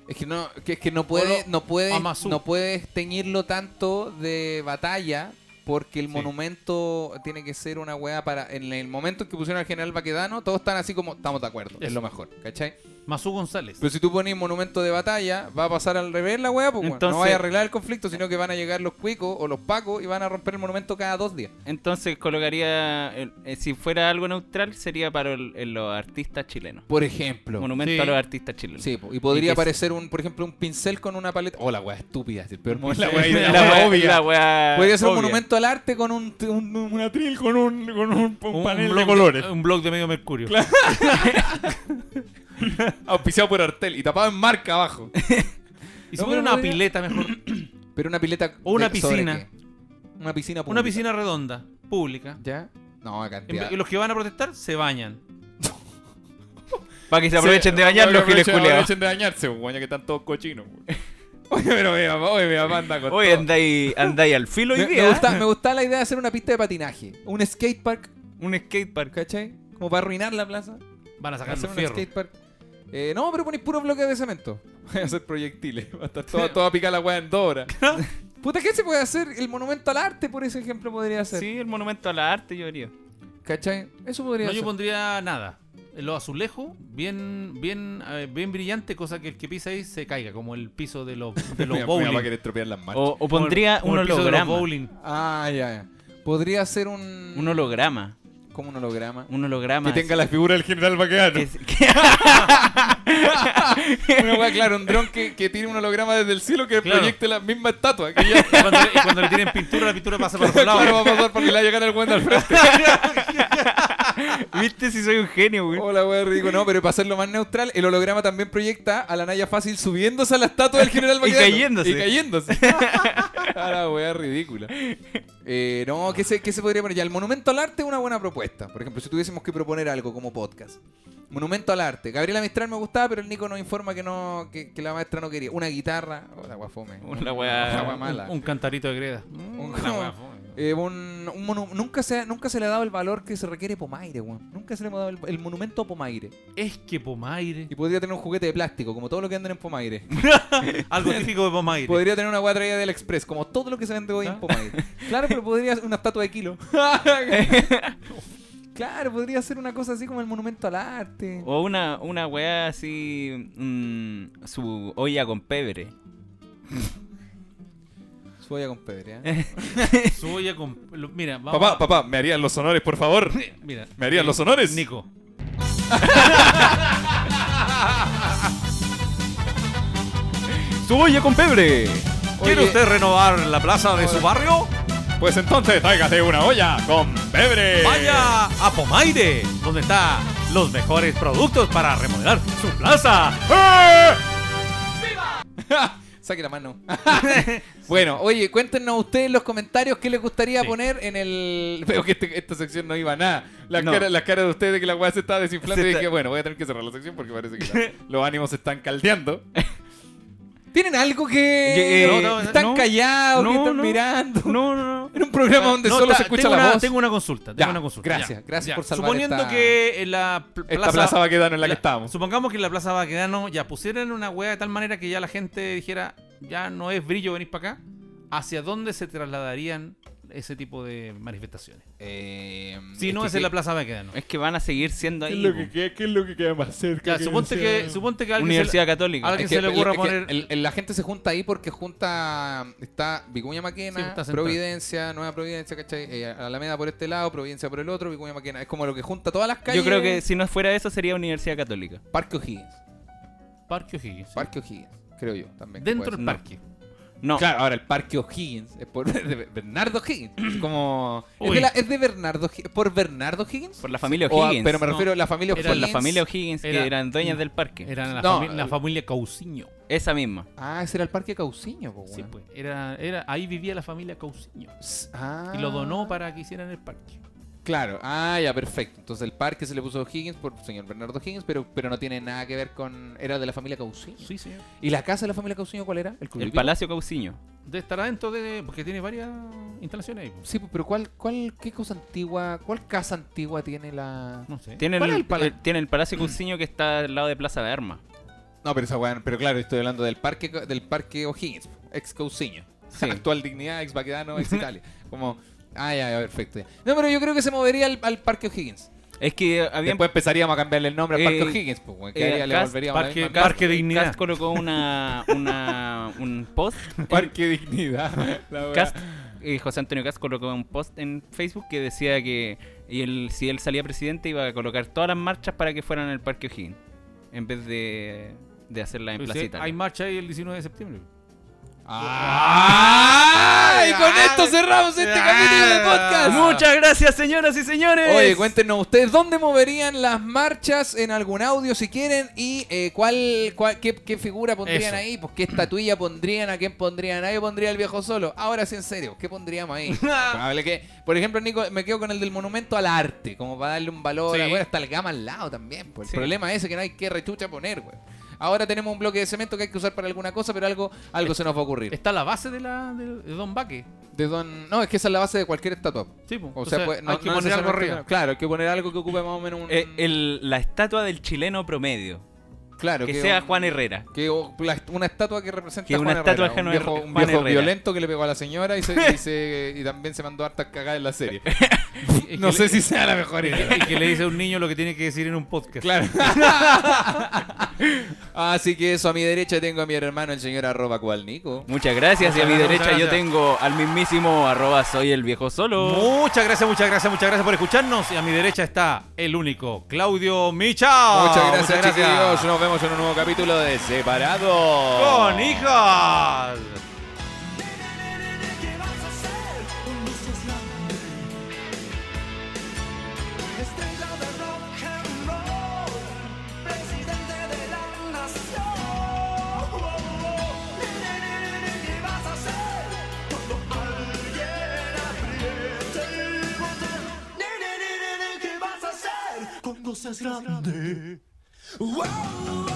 Es que no, que, es que no puede,
Olo-
no puede,
Amazú.
no puedes teñirlo tanto de batalla porque el monumento tiene que ser una weá para. En el momento en que pusieron al general Baquedano, todos están así como, estamos de acuerdo, es
Eso.
lo mejor, ¿cachai?
Mazú González.
Pero si tú pones monumento de batalla, va a pasar al revés la weá, pues weón. no
Entonces-
vaya a arreglar el conflicto, sino que van a llegar los cuicos o los pacos y van a romper el monumento cada dos días.
Entonces colocaría... el- eh, si fuera algo neutral, sería para el- el- los artistas chilenos.
Por ejemplo.
Monumento
Sí.
a los artistas chilenos.
Sí, po, y podría
que-
aparecer un, por ejemplo, un pincel con una paleta. Oh, la weá estúpida, es el peor pincel.
La wea, la
La
wea
wea-
obvia.
la wea
Podría ser un
obvia.
monumento al arte con un, un- un- una
Atril con un, con un, un panel de
blog
colores.
un blog de medio mercurio.
Auspiciado por Artel y tapado en marca abajo.
Y si fuera una pileta mejor,
Pero una pileta.
O una
de- ¿sobre
piscina.
qué? Una piscina pública.
una piscina redonda, pública.
¿Ya? No,
En
cantidad.
vez- Los que van a protestar se bañan.
Para que se aprovechen de bañar
Para
los
que
giles
aprovechen-
culiados.
aprovechen de dañarse, guaña que están todos cochinos. weón. Oye, pero vea, oye, vea, manda con
Hoy
todo.
andáis andáis al filo
me,
hoy
me
día. ¿eh?
¿eh?
gusta, me gusta la idea de hacer una pista de patinaje. Un skatepark,
Un skatepark.
¿cachai? Como para arruinar la plaza.
Van a sacar
Hacer
un
un
fierro.
skatepark. Eh, no, pero ponéis puro bloque de cemento. Voy a hacer proyectiles. Va a estar todo.
Toda, toda pica la wea en dos horas.
Puta, ¿qué se puede hacer? El monumento al arte, por ese ejemplo, podría ser.
Sí, el monumento a la arte yo diría.
¿Cachai? Eso podría
No,
ser.
yo pondría nada. Los azulejos, bien, bien, eh, bien brillante, cosa que el que pisa ahí se caiga, como el piso de los, de los
Mi- mi
bowling. Oh,
papá quiere estropear las marchas.
O, o
Como el-
pondría
como
un
el piso de los
holograma.
bowling.
Ah, ya, ya. Podría ser un.
Un holograma.
Como un holograma.
Un holograma.
que tenga la figura del general Baquedano.
así. Que- que-
Una weá, claro, un dron que, que tire un holograma desde el cielo que
Claro.
proyecte la misma estatua.
Y, ya- y cuando, le- y cuando le tienen pintura, la pintura pasa por otro lado.
Claro, va a pasar porque le va a llegar el weón al frente.
¿Viste si soy un genio, güey?
Hola, weón, rico. No, pero para hacerlo más neutral, el holograma también proyecta a la Naya Fácil subiéndose a la estatua del general
Y
Baquedano.
cayéndose.
Y cayéndose. A la wea ridícula. Eh, no, ¿qué se, ¿qué se podría poner? Ya, el monumento al arte es una buena propuesta. Por ejemplo, si tuviésemos que proponer algo como podcast. Monumento al arte. Gabriela Mistral me gustaba, pero el Nico nos informa que no que, que la maestra no quería. Una guitarra. Oh, la wea fome.
Una wea-
wea mala.
Un cantarito de greda.
Un- eh, un- un monu- nunca, se, nunca se le ha dado el valor que se requiere a Pomaire, weón. Nunca se le ha dado el, el monumento a Pomaire.
Es que Pomaire.
Y podría tener un juguete de plástico, como todo lo que andan en Pomaire.
Algo típico de Pomaire.
Podría tener una hueá traída del Express, como todo lo que se vende hoy
¿Ah?
en Pomaire. Claro, pero podría ser una estatua de kilo. claro, podría ser una cosa así como el monumento al arte.
Oh.
O una, una weá así. mm, su olla con pebre.
Su olla con ¿eh? pebre,
Eh.
Su olla con. lo- Mira, vamos.
Papá, papá, ¿me harían los honores, por favor?
Mira. eh,
¿Me harían los honores?
Nico.
¡Su olla con pebre!
¿Quiere usted renovar la plaza de su barrio?
Pues entonces tráigate una olla con
Eh.
pebre.
Vaya a Pomaire, donde están los mejores productos para remodelar su plaza.
¡Eh!
Saque la mano. bueno, oye, cuéntenos ustedes en los comentarios qué les gustaría poner en el.
Veo que este- esta sección no iba a nada. Las
No.
caras las caras de ustedes de que la weá se está desinflando.
Se
y
está-
dije, bueno, voy a tener que cerrar la sección porque parece que la- los ánimos se están caldeando.
¿Tienen algo que.
Yo, eh, no, no,
están
no.
callados, que
No,
están
no.
mirando?
No, no, no.
En un programa donde
Ah, No,
solo
ta-
se escucha
tengo
la
una-
voz.
Tengo una consulta, tengo
Ya,
una consulta.
gracias, gracias por salvar
Suponiendo
esta-
que en la pl-
Esta plaza Baquedano en la que
ya,
estábamos.
Supongamos que en la plaza Baquedano ya pusieran una hueá de tal manera que ya la gente dijera, ya no es brillo venir para acá. ¿Hacia dónde se trasladarían ese tipo de manifestaciones?
Eh,
si no es, en la plaza Baquedano.
Es que van a seguir siendo ahí. po.
queda, ¿Qué es lo que queda más cerca?
Ya, suponte que, suponte que alguien se-
Universidad Católica.
alguien
Es
se
que
le
el-
ocurra
es que
poner
El- el- la gente se junta ahí porque junta. Está Vicuña
Sí,
Maquena,
está central.
Providencia, Nueva Providencia, ¿cachai? Eh, Alameda por este lado, Providencia por el otro, Vicuña Maquena. Es como lo que junta todas las calles.
Yo creo que si no fuera eso sería Universidad Católica.
Parque O'Higgins.
Parque O'Higgins. sí.
Parque pues, O'Higgins, creo yo también.
Dentro
Puede
del
ser.
parque.
No.
Claro, ahora el Parque O'Higgins es por de Bernardo O'Higgins. Es Como. Es
Uy.
de, la- es de Bernardo O'Hi- ¿Por Bernardo O'Higgins?
Por la familia
O a-
O'Higgins.
pero me
No,
refiero a la familia
era
O'Higgins.
Por la familia O'Higgins
Era-
que eran dueñas del parque.
Era la,
No, eh.
fami- la
el-
familia Cauciño.
Esa misma.
Ah, ese era el Parque Cauciño, po,
Sí,
weón.
pues. Era, era, ahí vivía la familia Cauciño.
Ah.
Y lo donó para que hicieran el parque.
Claro, ah, ya, perfecto. Entonces el parque se le puso O'Higgins por señor Bernardo O'Higgins, pero, pero no tiene nada que ver con. Era de la familia Cauciño.
Sí, señor.
¿Y la casa de la familia Cauciño cuál era? Club
El
Hípico?
Palacio Cauciño.
De estar adentro de. Porque tiene varias instalaciones ahí. pues.
Sí, pero ¿cuál, cuál, qué cosa antigua, cuál casa antigua tiene la.
No sé.
Tiene el,
¿Cuál es el pala-
eh, tiene el Palacio Cauciño que está al lado de Plaza de Armas.
No, pero esa weá, pero claro, estoy hablando del parque del parque O'Higgins, ex Cousiño.
Sí.
Actual Dignidad, ex Baquedano, ex Italia. Como, ah, ya, ya, perfecto. ya. No, pero yo creo que se movería al, al parque O'Higgins.
Es que había
Después empezaríamos a cambiarle el nombre al parque
Eh,
O'Higgins, pues, weón, que
eh,
ahí ya le
Cas-
volveríamos a la misma
Parque Dignidad.
Cast colocó una, una, un post.
Parque Dignidad. La weá.
Cast, eh, José Antonio Cast colocó un post en Facebook que decía que y él- si él salía presidente iba a colocar todas las marchas para que fueran al Parque O'Higgins. En vez de, de hacerlas en
Pues, eh,
Placita.
hay marcha ahí el 19 de septiembre.
¡Ah! Y con esto cerramos este capítulo de podcast.
Ah. Muchas gracias, señoras y señores.
Oye, cuéntenos ustedes dónde moverían las marchas en algún audio si quieren y eh, cuál, cuál- qué, qué figura pondrían
Eso.
ahí, pues qué estatuilla pondrían, a quién pondrían, ahí pondría el viejo solo. Ahora sí, en serio, ¿qué pondríamos ahí? Probable que, por ejemplo, Nico, me quedo con el del monumento al arte, como para darle un valor.
Sí.
a- Bueno, está el gama al lado también, pues el
Sí.
problema es ese que no hay que rechucha poner, güey. Ahora tenemos un bloque de cemento que hay que usar para alguna cosa, pero algo, algo se nos va a ocurrir.
Está la base de la de, de Don Baque.
De don... No, es que esa es la base de cualquier estatua.
Sí, pues.
O sea, pues, no-
hay que
no
poner algo
necesariamente-
arriba.
Claro, hay que poner algo que ocupe más o menos un...
Eh, el- la estatua del chileno promedio.
Claro,
que sea
un-
Juan Herrera.
Que o- la- una estatua que representa
Que
a Juan
una estatua
Herrera,
de
un
Juan
viejo, un
Herrera.
viejo violento que le pegó a la señora y, se, y, se- y también se mandó hartas cagadas en la serie.
Y- y
No
que
sé
le-
si sea la mejor idea.
Y que le dice a un niño lo que tiene que decir en un podcast.
Claro. Así que eso, a mi derecha tengo a mi hermano, el señor arroba cual Nico.
Muchas gracias. Y a mi
Muchas
derecha yo
gracias.
tengo al mismísimo arroba soy el viejo solo.
Muchas gracias, muchas gracias, muchas gracias por escucharnos. Y a mi derecha está el único, Claudio Micha.
Muchas gracias, chicos. Nos vemos en un nuevo capítulo de Separado.
Con hijas.
¿Qué vas a hacer cuando seas grande? Estrella de rock and roll, presidente de la nación. ¿Qué vas a hacer cosas grandes. ¡Wow!